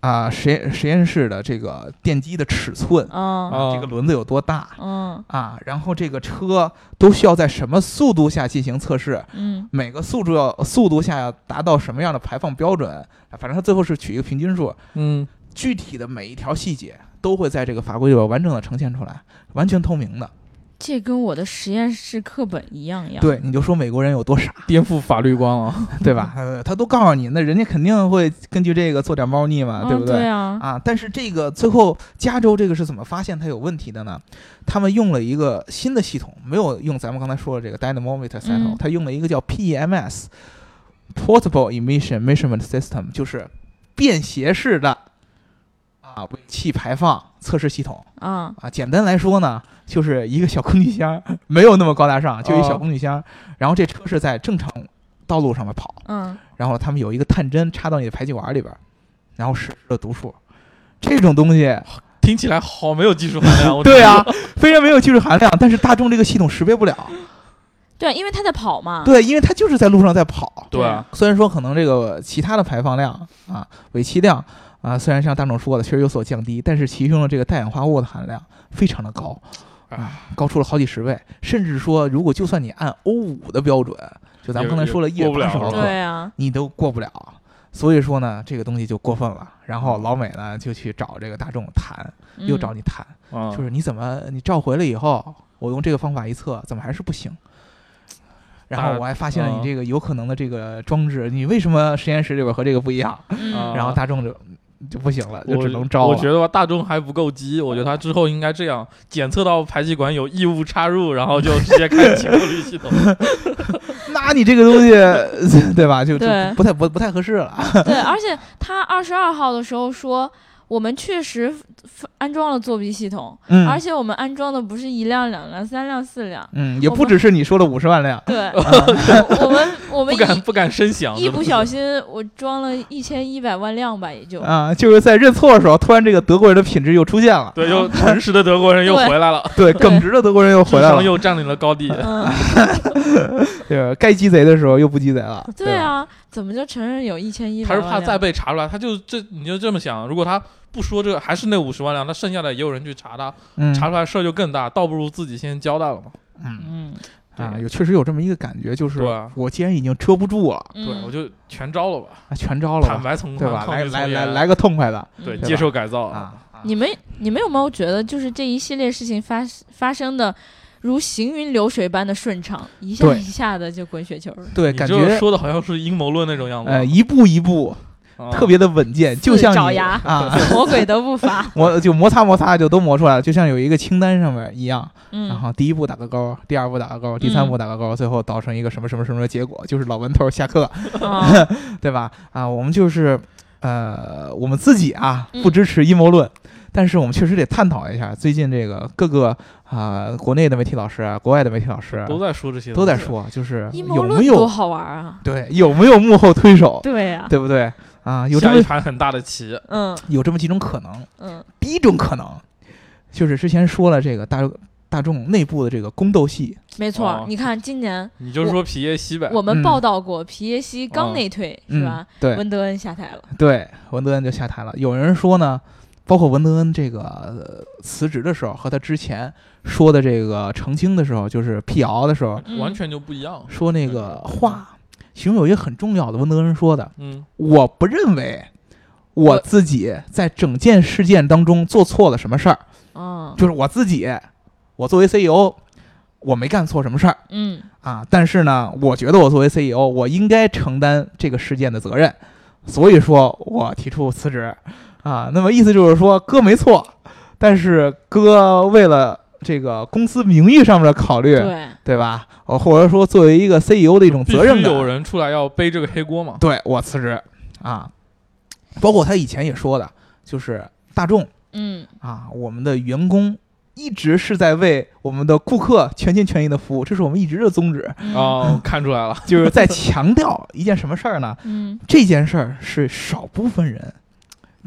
S2: 啊、实验实验室的这个电机的尺寸，
S1: 嗯
S3: 啊
S2: 这个轮子有多大
S1: 嗯
S2: 啊，然后这个车都需要在什么速度下进行测试，
S1: 嗯
S2: 每个速度要速度下要达到什么样的排放标准，啊反正它最后是取一个平均数，
S3: 嗯，
S2: 具体的每一条细节都会在这个法规里边完整的呈现出来，完全透明的。
S1: 这跟我的实验室课本一样呀。
S2: 对，你就说美国人有多傻，
S1: 嗯
S3: 颠覆法律观了，
S2: 对吧？呃他都告诉你，那人家肯定会根据这个做点猫腻嘛，
S1: 嗯，
S2: 对不对？
S1: 啊，
S2: 啊，但是这个最后加州这个是怎么发现它有问题的呢？他们用了一个新的系统，没有用咱们刚才说的这个 dynamometer settle，、
S1: 嗯
S2: 他用了一个叫 E PEMS（Portable Emission Measurement System），就是便携式的啊尾气排放测试系统
S1: 啊，
S2: 啊。简单来说呢，就是一个小工具箱，没有那么高大上，就一
S3: 哦
S2: 小工具箱。然后这车是在正常道路上面跑，
S1: 嗯，
S2: 然后他们有一个探针插到你的排气管里边儿，然后实时的读数。这种东西，
S3: 听起来好没有技术含量。我
S2: 对啊，非常没有技术含量，但是大众这个系统识别不了。
S1: 对，因为他在跑嘛。
S2: 对，因为它就是在路上在跑。
S3: 对啊，
S2: 虽然说可能这个其他的排放量啊、尾气量啊，虽然像大众说的确实有所降低，但是其中的这个氮氧化物的含量非常的高
S3: 哎
S2: 啊，高出了好几十倍，甚至说如果就算你按欧五的标准，就咱们刚才说了一
S3: 也也
S2: 百
S3: 过不了
S2: 八十毫克，
S1: 对啊，
S2: 你都过不了。所以说呢，这个东西就过分了。然后老美呢就去找这个大众谈， (laughs) 又
S1: 嗯
S2: 找你谈，
S3: 啊，
S2: 就是你怎么你召回了以后，我用这个方法一测，怎么还是不行？然后我还发现了
S3: 啊
S2: 你这个有可能的这个装置，你为什么实验室里边和这个不一样？
S1: 嗯
S3: 啊
S2: (laughs) 然后大众就就不行了，就
S3: 我
S2: 只能招
S3: 我
S2: 了。
S3: 觉得吧，大众还不够鸡，
S1: 嗯
S3: 我觉得他之后应该这样：检测到排气管有异物插入，然
S1: (laughs)
S3: 后就直接开启过滤系统。
S2: 那你这个东西， (laughs) 对吧？就就
S1: 对
S2: 不太不不太合适了。啊 (laughs)
S3: 嗯
S1: 对，而且他二十二号的时候说，我们确实 f- 安装了作弊系统，
S2: 嗯
S1: 而且我们安装的不是一辆、两辆、三辆、四辆，
S2: 嗯，也
S1: 我
S2: 不
S1: 们
S2: 只是你说的五十万辆， (laughs)
S3: (laughs)
S1: 对，
S2: 嗯
S1: 我们我们
S3: 不敢
S1: 一
S3: 不敢声响，
S1: 一
S3: 真的
S1: 不小心我装了一千一百万辆吧，也就
S2: 啊，就是在认错的时候，突然这个德国人的品质又出现了，
S3: 对，又诚实的德国人又回来了，
S2: 对，耿直的德国人又
S3: 智
S2: 回来
S3: 商
S2: 了，
S3: 又占领了高地。
S2: (laughs)
S1: 嗯，
S2: 对，该鸡贼的时候又不鸡贼了，
S1: 对
S2: 吧，
S1: 啊，怎么就承认有一千一百
S3: (laughs) 他
S1: 万
S3: 是
S1: 辆？
S3: 怕再被查出来，他就这你就这么想，如果他不说这个，还是那五十万辆，那剩下的也有人去查他，
S2: 嗯，
S3: 查出来事儿就更大，倒不如自己先交代了嘛。
S2: 嗯
S1: 嗯，
S2: 啊，
S3: 对
S2: 有确实有这么一个感觉，就是
S3: 对啊
S2: 我既然已经遮不住了，
S1: 嗯，
S3: 对，我就全招了吧，
S2: 啊全招了
S3: 坦
S2: 吧，
S3: 白从
S2: 对
S3: 宽，
S2: 吧？
S3: 抗
S2: 来
S3: 拒
S2: 来
S3: 从
S2: 来
S3: 严
S2: 来个痛快的
S3: 对，
S1: 嗯
S3: 接受改造。
S2: 啊！啊
S1: 你们你们有没有觉得，就是这一系列事情发发生的如行云流水般的顺畅，一下
S2: 对
S1: 一下的就滚雪球了？
S2: 对
S3: 你
S2: 感
S3: 这
S2: 觉
S3: 说的好像是阴谋论那种样子，
S2: 呃一步一步
S3: 啊
S2: 特别的稳健，就像
S1: 爪
S2: 你
S1: 牙
S2: (laughs) 啊
S1: 魔鬼的步伐，
S2: 磨就摩擦摩擦就都磨出来了，就像有一个清单上面一样，然
S1: (laughs) 嗯，
S2: 后第一步打个勾，第二步打个勾，第
S3: 嗯
S2: 三步打个勾，最后导 (laughs) 成一个什么什么什么的结果，就是老文头下课，
S1: 啊
S2: 对吧？啊，我们就是呃，我们自己啊
S1: 嗯
S2: 不支持阴谋论，但是我们确实得探讨一下最近这个各个啊、国内的媒体老师啊，国外的媒体老师啊
S3: 都在说这些，
S2: 都在，说，就是
S1: 阴谋
S2: 有
S1: 论
S2: 没
S1: 多
S2: 有
S1: 好玩啊！
S2: 对有没有幕后推手，
S1: 对呀、
S2: 对不对啊？有这
S3: 下一
S2: 么
S3: 盘很大的棋，
S1: 嗯
S2: 有这么几种可能，
S1: 嗯
S2: 第一种可能就是之前说了这个大大众内部的这个宫斗戏，
S1: 没错儿。
S3: 哦
S1: 你看今年
S3: 你就说皮耶西呗，
S1: 我们
S2: 嗯
S1: 报道过，皮耶西刚
S3: 哦
S1: 内退、
S2: 嗯
S1: 是吧？？
S2: 对
S1: 温德恩下台了，
S2: (laughs) 对，文德恩就下台了。有人说呢，包括文德恩这个、呃辞职的时候和他之前说的这个澄清的时候，就是辟谣的时候
S1: 嗯
S3: 完全就不一样。
S2: 说那个话，其中有一个很重要的文德恩说的，
S3: 嗯，
S2: 我不认为。我
S1: 我
S2: 自己在整件事件当中做错了什么事儿，
S1: 嗯
S2: 就是我自己，我作为 CEO，我没干错什么事儿，
S1: 嗯
S2: 啊，但是呢，我觉得我作为 CEO，我应该承担这个事件的责任，所以说我提出辞职啊。那么意思就是说，哥没错，但是哥为了这个公司名誉上面的考虑，对
S1: 对，
S2: 吧？我或者说作为一个 CEO 的一种
S3: 必
S2: 责任
S3: 须
S2: 感，
S3: 有人出来要背这个黑
S1: (laughs)
S3: 锅嘛。
S2: 对我辞职啊。包括他以前也说的，就是大众
S1: 嗯
S2: 啊，我们的员工。一直是在为我们的顾客全心全意的服务，这是我们一直的宗旨。
S1: 嗯
S3: 哦，看出来了，
S2: 就是在强调一件什么事儿呢？
S1: 嗯，
S2: 这件事儿是少部分人，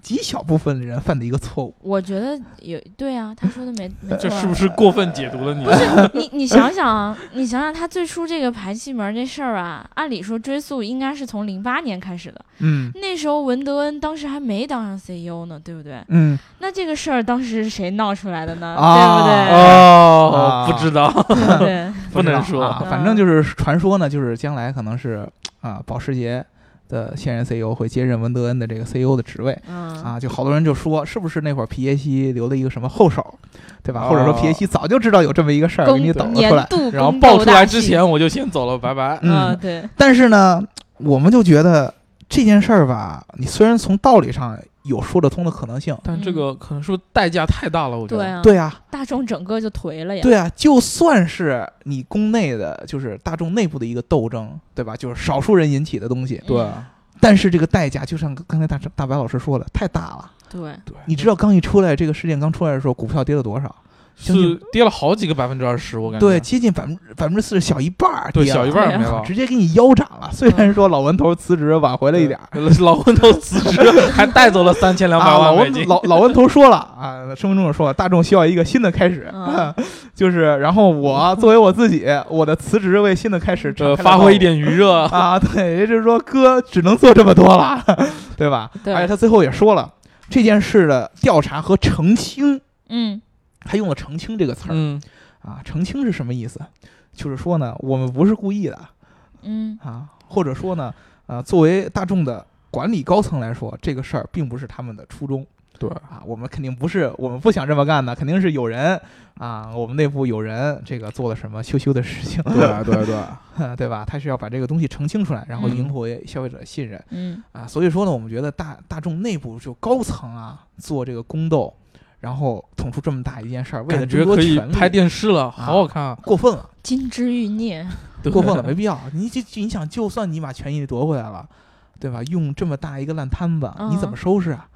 S2: 极小部分人犯的一个错误。
S1: 我觉得有对啊，他说的没没
S3: (laughs) 这
S1: 错啊。
S3: (laughs) 是不是过分解读了
S2: (laughs)
S3: 你？
S1: 你你想想啊， (laughs) 你想想他最初这个排气门这事儿啊，按理说追溯应该是从零八年开始的，
S2: 嗯
S1: 那时候文德恩当时还没当上 CEO 呢，对不对？
S2: 嗯
S1: 那这个事儿当时是谁闹出来的呢？
S2: 啊
S3: 哦
S2: 啊，
S3: 不知道，
S1: 对不对？对，
S3: (laughs) 不能嗯
S2: 知道啊
S1: 说
S2: 反正就是传说呢，就是将来可能是啊，保时捷的现任 CEO 会接任文德恩的这个 CEO 的职位。
S1: (laughs) 嗯，
S2: 啊，就好多人就说，是不是那会儿皮耶西留了一个什么后手，对吧？或者说
S3: 哦
S2: 皮耶西早就知道有这么一个事儿，给
S1: 公
S2: 你抖了出
S1: 年
S2: 来。
S1: 度
S3: 然后
S1: 公
S3: 爆
S1: 斗
S3: 出
S1: 大
S3: 来之
S1: 戏，
S3: 前我就先走了，拜拜。
S1: 嗯，
S2: 嗯，
S1: 对，
S2: 但是呢，我们就觉得这件事儿吧，你虽然从道理上有说得通的可能性，
S3: 但这
S1: 嗯
S3: 个可能是不是代价太大了？我觉
S1: 对
S3: 得，
S1: 啊，
S2: 对啊，
S1: 大众整个就颓了呀。
S2: 对啊，就算是你宫内的，就是大众内部的一个斗争，对吧？就是少数人引起的东
S3: 嗯
S2: 西，
S1: 对啊
S2: 但是这个代价，就像刚才大大白老师说的，太大了。
S1: 对，
S3: 对，
S2: 啊你知道刚一出来，这个事件刚出来的时候，股票跌了多少？将近
S3: 是跌了好几个百分之二十，我感觉。
S2: 对，接近百分之百分之四十，小一半儿
S3: 对，
S2: 跌了哎
S3: 小一半儿
S1: 对
S3: 没了。嗯
S2: 直接给你腰斩了。虽然说老文头辞职挽回了一点儿，
S3: 老温头辞职， (laughs) 还带走了三千两百
S2: 啊，老
S3: 万美
S2: 温
S3: 金。
S2: 老老温头说了啊，声明中也说了，大众需要一个新的开始，
S1: 嗯
S2: (laughs) 就是然后我作为我自己，我的辞职为新的开始
S3: 呃，
S2: 敞开了
S3: 发挥一点余热
S2: 道路。 (laughs) 啊，对，也就是说哥只能做这么多了，对吧？
S1: 对
S2: 而且他最后也说了，这件事的调查和澄清，
S1: 嗯
S2: 他用了“澄清”这个词儿、
S3: 嗯，
S2: 啊，澄清是什么意思？就是说呢，我们不是故意的
S1: 嗯
S2: 啊，或者说呢，呃，作为大众的管理高层来说，这个事儿并不是他们的初衷。
S3: 对，
S2: 啊，我们肯定不是，我们不想这么干的，肯定是有人啊，我们内部有人这个做了什么羞羞的事情，
S4: (laughs) 对啊对对，
S2: (laughs) 对吧？他是要把这个东西澄清出来，然后
S1: 嗯
S2: 赢回消费者的信任、
S1: 嗯
S2: 啊。所以说呢，我们觉得大大众内部就高层啊做这个宫斗，然后捅出这么大一件事儿，为了
S3: 感
S2: 争
S3: 觉
S2: 夺
S3: 可以
S2: 权
S3: 拍
S2: 力，
S3: 电视了，好好看啊！
S2: 过分了，
S1: 金枝欲孽，
S3: 对
S2: 过分了，没必要。你这你想，就算你把权益夺回来了，对吧？用这么大一个烂摊子，你怎
S1: 嗯
S2: 么收拾啊？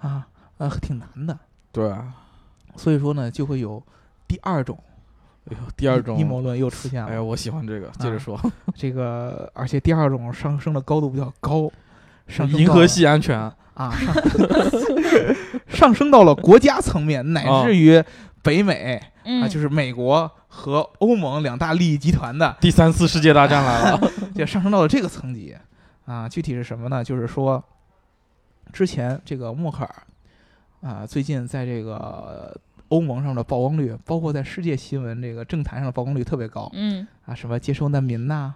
S2: 啊，呃，挺难的。
S4: 对，
S3: 啊
S2: 所以说呢，就会有第二种。
S3: 哎呦，第二种
S2: 阴谋。啊论又出现了。
S3: 哎呀，我喜欢这个，接着说，
S2: 这个而且第二种上升的高度比较高，上升
S3: 银
S2: 到
S3: 河
S2: 了
S3: 系安全，
S2: 啊， (laughs) 上上升到了国家层面，乃
S3: 啊
S2: 至于北美、啊，
S1: 嗯，
S2: 就是美国和欧盟两大利益集团的，
S3: 第三次世界大战
S2: (laughs)
S3: 来了。
S2: 就上升到了这个层级啊。具体是什么呢？就是说，之前这个默克尔啊，最近在这个。欧盟上的曝光率，包括在世界新闻这个政坛上的曝光率特别高
S1: 嗯，
S2: 啊，什么接收难民呐、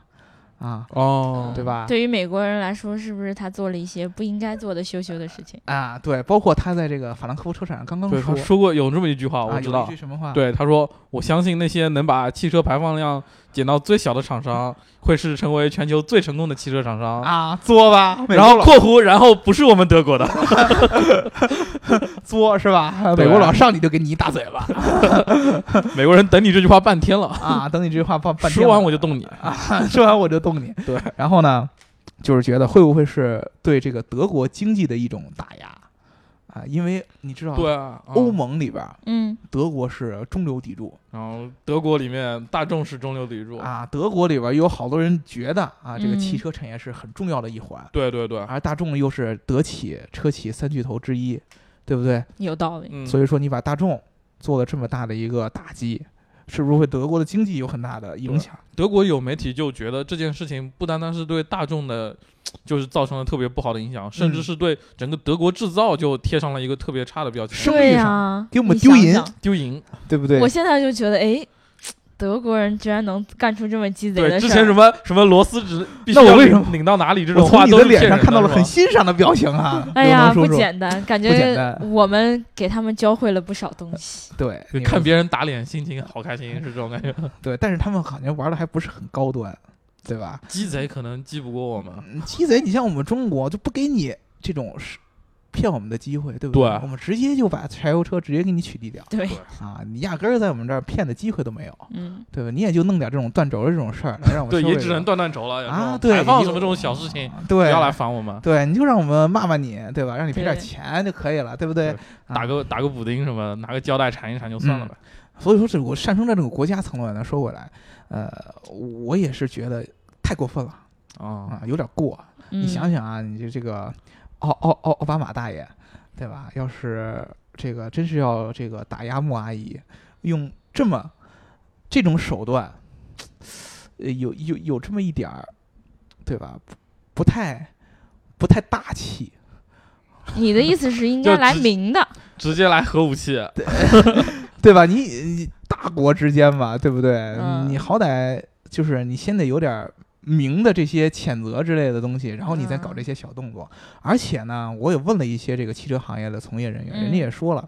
S2: 啊，
S3: 哦，
S2: 对吧？
S1: 对于美国人来说，是不是他做了一些不应该做的羞羞的事情？
S2: 啊，对，包括他在这个法兰克福车展上刚刚
S3: 对，他
S2: 说，
S3: 说过有这么一句话，
S2: 啊，
S3: 我知
S2: 有一
S3: 道
S2: 句。什么话？，
S3: 对，他说：“我相信那些能把汽车排放量减到最小的厂商，会是成为全球最成功的汽车厂商。
S2: 啊，作吧，美
S3: 然后
S2: 国佬
S3: 括弧，然后不是我们德国的， (laughs)
S2: 作是吧？
S3: 对
S2: 啊美国佬上去就给你一大嘴 (laughs) 巴
S3: 美国人等你这句话半天
S2: (laughs)
S3: 了，
S2: 啊！等你这句话放半天， (laughs)
S3: 说完我就动你。
S2: 啊，说完我就动你。
S3: 对，
S2: 然后呢，就是觉得会不会是对这个德国经济的一种打压啊？因为你知道，
S3: 对啊，啊
S2: 欧，盟里边儿
S1: 嗯
S2: 德国是中流砥柱
S3: 然后德国里面大众是中流砥柱，
S2: 啊，德国里边儿有好多人觉得啊，这个
S1: 嗯
S2: 汽车产业是很重要的一环，
S3: 对对对，
S2: 而大众又是德企、车企三巨头之一，对不对？
S1: 有道理。
S3: 嗯，
S2: 所
S3: 以
S2: 以说你把大众做了这么大的一个打击，是不是会德国的经济有很大的影响？
S3: 德国有媒体就觉得这件事情不单单是对大众的，就是造成了特别不好的影响，
S2: 嗯
S3: 甚至是对整个德国制造就贴上了一个特别差的标
S2: 是
S3: 签，
S1: 对呀、
S2: 给我们
S1: 你
S2: 丢
S1: 想
S2: 银
S1: 想
S3: 丢银。
S2: 对不对
S1: 我现在就觉得，哎，德国人居然能干出这么鸡贼
S3: 对，
S1: 的
S3: 之
S1: 事
S3: 前什
S1: 儿，
S3: 么什么螺丝只必须
S2: 那我
S3: 要
S2: 为
S3: 领
S2: 什么
S3: 领到哪里这
S2: 我
S3: 种
S2: 从
S3: 话
S2: 你
S3: 都
S2: 的
S3: 是骗
S2: 脸
S3: 人
S2: 上看到了
S3: 是
S2: 很
S3: 吧
S2: 欣赏的表情
S3: (laughs)
S2: 啊！ (laughs)
S1: 哎
S2: 刘
S1: 呀，
S2: 能叔
S1: 不
S2: 叔
S1: 简单，感
S2: 不
S1: 觉
S2: 简单
S1: 我们给他们教会了不少东
S2: (laughs)
S1: 西。
S2: 对，
S3: 就
S2: 你
S3: 看
S2: 们
S3: 别人打脸，心情好开心，是这种感
S2: (laughs)
S3: 觉。
S2: 对，但是他们好像玩的还不是很高端，对吧？
S3: 鸡贼可能鸡不过我们，
S2: 嗯鸡贼，你像我们中国就不给你这种是骗我们的机会，对不对？
S3: 对啊
S2: 我们直接就把柴油车直接给你取缔掉
S1: 对，
S2: 啊！你压根儿在我们这儿骗的机会都没有，
S1: 嗯，
S2: 对吧？你也就弄点这种断轴的这种事儿来让我们
S3: 对，
S2: 受
S3: 也
S2: 这
S3: 只
S2: 个
S3: 能断断轴了。有时候
S2: 啊，对，
S3: 排放
S2: 你
S3: 什
S2: 就
S3: 么这种小事情，，
S2: 对，
S3: 不要来烦我们。
S2: 对，你就让我们骂骂你，对吧？让你赔点
S1: 对
S2: 钱就可以了，对不对
S3: 对？打
S2: 啊
S3: 个打个补丁什么的，拿个胶带缠一缠就算了
S2: 嗯
S3: 呗。
S2: 所以说，这我上升到这个国家层面呢，说回来，呃，我也是觉得太过分了
S3: 啊
S2: 啊，有点过。
S1: 嗯
S2: 你想，想啊，你这这个奥奥奥奥巴马大爷，对吧？要是这个真是要这个打压木阿姨，用这么这种手段，呃，有有有这么一点儿，对吧？不不太不太大气。
S1: 你的意思是应该
S3: 就
S1: 来
S3: 直
S1: 明的，
S3: 直接来核武器，
S2: 哎
S3: 啊
S2: 对吧？你你大国之间嘛，对不对？
S1: 嗯
S2: 你好歹就是你先得有点儿明的这些谴责之类的东西，然后你再
S1: 嗯
S2: 搞这些小动作。而且呢，我也问了一些这个汽车行业的从业人员，
S1: 嗯
S2: 人家也说了，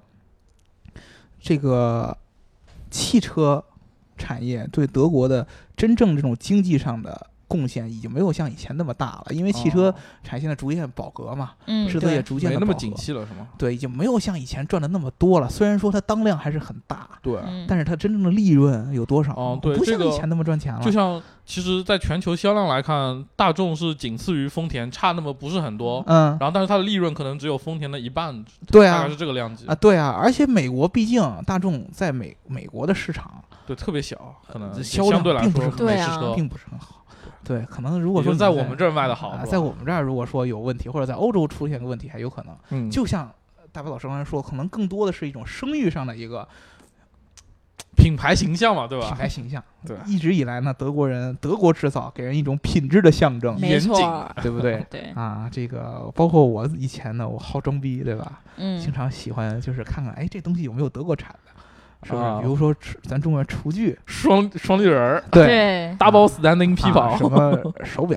S2: 这个汽车产业对德国的真正这种经济上的。贡献已经没有像以前那么大了，因为汽车
S3: 哦
S2: 产业现在逐渐饱和嘛，
S1: 嗯，
S2: 制造业
S1: 对，
S2: 逐渐
S3: 没
S2: 的
S3: 那么景
S2: 气，
S3: 气了，是吗？
S2: 对，已经没有像以前赚的那么多了。虽然说它当量还是很大，
S3: 对
S1: 嗯
S2: 但是它真正的利润有多少？
S3: 哦对
S2: 不
S3: 这
S2: 像以
S3: 个
S2: 前那么赚钱了。
S3: 就像其实，在全球销量来看，大众是仅次于丰田，差那么不是很多。
S2: 嗯，
S3: 然后，但是它的利润可能只有丰田的一半，
S2: 对
S3: 大
S2: 啊
S3: 概是，这个量级，
S2: 啊对啊，而且美国毕竟大众在美美国的市场
S3: 对，特别小，可能
S2: 呃销
S3: 相
S2: 量
S3: 对来
S2: 并不
S3: 说
S2: 是很
S3: 美
S1: 对
S3: 式
S1: 啊
S3: 车
S2: 并不是很好。对，可能如果
S3: 也就
S2: 说
S3: 在
S2: 你
S3: 我们这儿卖得好
S2: 啊
S3: 是吧
S2: 在我们这儿如果说有问题，或者在欧洲出现个问题，还有可能。
S3: 嗯
S2: 就像呃大白老师刚才说，可能更多的是一种声誉上的一个
S3: 品牌形象嘛，对
S2: 品
S3: 吧？
S2: 牌形象。
S3: 对
S2: 一直以来呢，德国人德国制造给人一种品质的象征，
S1: 没
S3: 严
S1: 错
S3: 谨
S1: 儿，？
S2: 对不对
S1: 对，
S2: 啊，这个包括我以前呢，我好装逼，对吧？经
S1: 嗯，
S2: 常喜欢就是看看，哎，这东西有没有德国产的？是不是？
S3: 啊
S2: 比如说厨咱中国厨具，
S3: 双双立人儿
S1: 对，
S3: ，double standing 皮
S2: 啊
S3: 跑，
S2: 什
S3: (laughs)
S2: 么手表、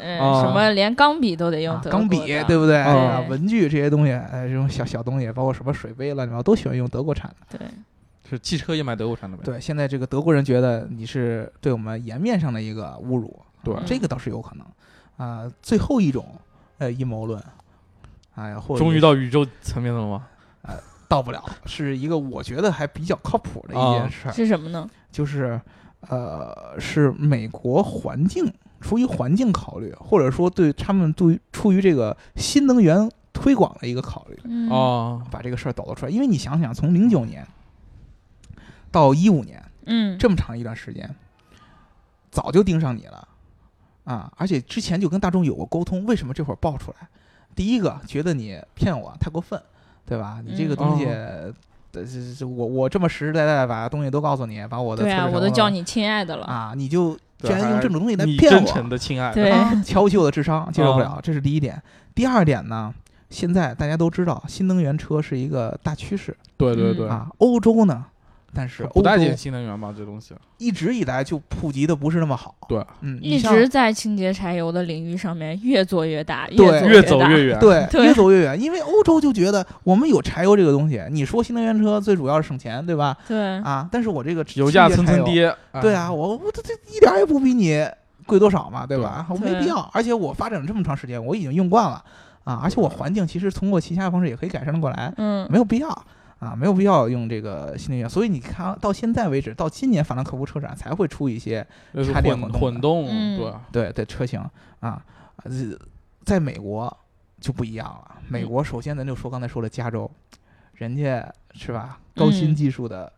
S1: 嗯，
S3: 啊
S1: 什么连钢笔都得 (laughs) 用
S2: 啊
S1: 德
S2: 钢笔
S1: 国的，
S2: 对不
S3: 哦
S2: 对？
S1: 对
S2: 啊文具这些东西，哎，这种小小东西，包括什么水杯了，你们都喜欢用德国产的。
S1: 对，
S3: 是汽车也买德国产的呗？
S2: 对，现在这个德国人觉得你是对我们颜面上的一个侮辱，
S3: 对
S1: 嗯
S2: 这个倒是有可能。啊、最后一种，呃，阴谋论，哎呀，或者
S3: 终于
S2: 是
S3: 到宇宙层面了吗？
S2: 到不了，是一个我觉得还比较靠谱的一
S3: 啊
S2: 件事儿。
S1: 是什么呢？
S2: 就是呃，是美国环境出于环境考虑，或者说对他们对于出于这个新能源推广的一个考虑，
S1: 嗯，
S3: 哦，
S2: 把这个事儿抖了出来。因为你想想，从零九年到一五年
S1: 嗯，
S2: 这么长一段时间，早就盯上你了啊！而且之前就跟大众有过沟通，为什么这会儿爆出来？第一个觉得你骗我太过分，对吧？你这个
S1: 嗯
S2: 东西。
S3: 哦
S2: 呃这这我我这么实实在在把东西都告诉你，把我的
S1: 对啊，
S2: 测试
S1: 我
S2: 成
S1: 都
S2: 果
S1: 叫你亲爱的了，
S2: 啊，你就居
S3: 对
S2: 然用这种东西来
S3: 你
S2: 骗
S3: 真诚
S2: 我，
S3: 的亲爱的，
S1: 对， (laughs)
S2: 啊瞧不起我的智商，接受不
S3: 啊
S2: 了，这是第一点。第二点呢，现在大家都知道新能源车是一个大趋势
S3: 对
S1: 对
S3: 对
S1: 对
S3: 对，
S2: 啊，欧洲呢，但是
S3: 不
S2: 欧洲
S3: 待见新能源吧，这东西。
S2: 一直以来就普及的不是那么好，
S3: 对，
S2: 嗯，你
S1: 一
S2: 像
S1: 直在清洁柴油的领域上面越做越大，
S2: 对
S1: 做
S3: 越
S1: 越
S3: 走
S1: 大
S3: 越远。
S2: 对
S1: 对
S2: 越走越远，因为欧洲就觉得我们有柴油这个东西，你说新能源车最主要是省钱，对吧？
S1: 对，
S2: 啊，但是我这个
S3: (laughs) 油价
S2: 清洁
S3: 蹭
S2: 柴
S3: 蹭
S2: 油
S3: 跌。哎
S2: 对啊，，我我这这一点儿也不比你贵多少嘛，对吧？我没
S1: 对
S2: 必要，而且我发展了这么长时间，我已经用惯了啊，而且我环境其实通过其他方式也可以改善的过来，
S1: 嗯，
S2: 没有必要啊，没有必要用这个新能源。所以你看到现在为止，到今年法兰克福车展才会出一些
S3: 就是
S2: 插电
S3: 混
S2: 混
S3: 混动，
S1: 嗯
S3: 对，
S2: 对对车型啊，呃在美国就不一样了。
S3: 嗯
S2: 美国首先咱就说刚才说了加州，人家是吧高新
S1: 嗯
S2: 技术的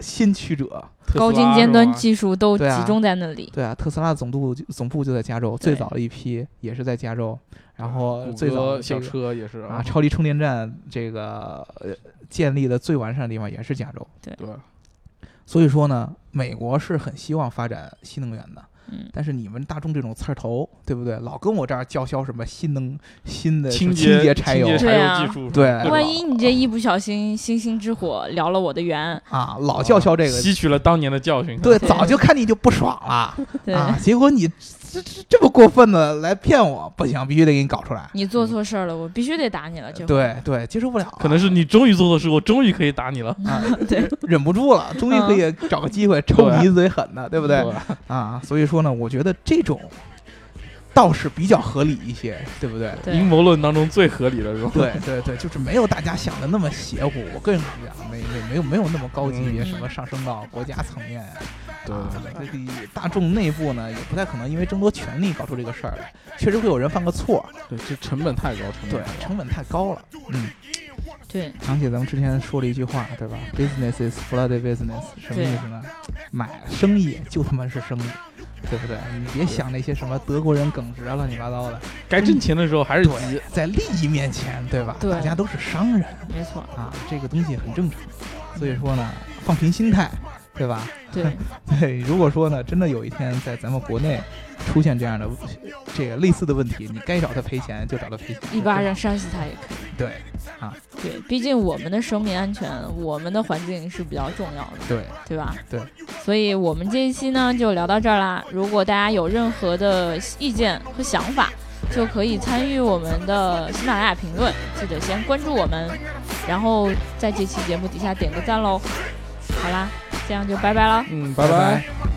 S2: 先驱者，
S3: 特斯
S1: 高精
S3: 拉
S1: 尖
S3: 是
S1: 端
S3: 吧
S1: 技术都
S2: 啊对
S1: 集
S2: 啊
S1: 中在那里。
S2: 对啊，特斯拉总部总部就在加州，最
S1: 对
S2: 早的一批也是在加州，然后
S3: 谷
S2: 最早
S3: 歌
S2: 的
S3: 小
S2: 这个
S3: 车也是
S2: 啊，超级充电站这个、呃、建立的最完善的地方也是加州，
S3: 对，
S2: 所以说呢，美国是很希望发展新能源的。
S1: 嗯，
S2: 但是你们大众这种刺儿头，对不对？老跟我这儿叫嚣什么新能新的
S3: 清
S2: 洁
S3: 洁
S2: 柴油，
S1: 洁
S3: 柴
S1: 对
S3: 油
S1: 啊
S3: 技术，
S2: 哎对
S3: 吧
S1: 万一你这一不小心星星之火燎了我的
S2: (laughs)
S1: 缘，
S2: 啊，老叫嚣这个，
S3: 吸取了当年的教训，
S2: 对，
S1: 对
S2: 早就看你就不爽了
S1: 对、
S2: 啊！结果你这这这么过分的来骗我，不行，必须得给你搞出来。
S1: 你做错事儿了，我必须得打你了。这会
S2: 对对，接受不了啊，
S3: 可能是你终于做错事，我终于可以打你了，
S2: 啊，
S1: 对
S2: 忍不住了，终于可以找个机会抽你一嘴狠的，对不对？啊，所以说呢，我觉得这种倒是比较合理一些，对不对？ (laughs)
S3: 阴谋论当中最合理的是吧？ (laughs)
S2: 对对对，就是没有大家想的那么邪乎。我个人讲，没没没有没有那么高级别，
S3: 嗯
S2: 什么上升到国家层面啊。
S3: 对
S2: 这个大众内部呢，也不太可能因为争夺权力搞出这个事儿来，确实会有人犯个错，
S4: 对，这成本太高，成本
S2: 对
S4: 太，高
S2: 成本太高了。嗯，
S1: 对，
S2: 想起咱们之前说了一句话，对吧？Business is bloody business，什么
S1: 对
S2: 意思呢？买生意就他妈是生意，对不对？你别想那些什么德国人耿直啊，乱七八糟的，
S3: 该挣钱的时候还是急
S2: 对，在利益面前，对吧？
S1: 对
S2: 大家都是商人
S1: 没错，
S2: 啊，这个东西很正常。所以说呢，放平心态，对吧？ (laughs)
S1: 对
S2: 对，如果说呢，真的有一天在咱们国内出现这样的这个类似的问题，你该找他赔钱就找他赔钱，
S1: 一巴掌扇死他也可以。
S2: 对啊
S1: 对，毕竟我们的生命安全，我们的环境是比较重要的，
S2: 对，
S1: 对吧？
S2: 对。
S1: 所以我们这一期呢就聊到这儿啦。如果大家有任何的意见和想法，就可以参与我们的喜马拉雅评论，记得先关注我们，然后在这期节目底下点个赞喽。好啦，这样就拜拜喽。
S3: 嗯，
S2: 拜
S3: 拜。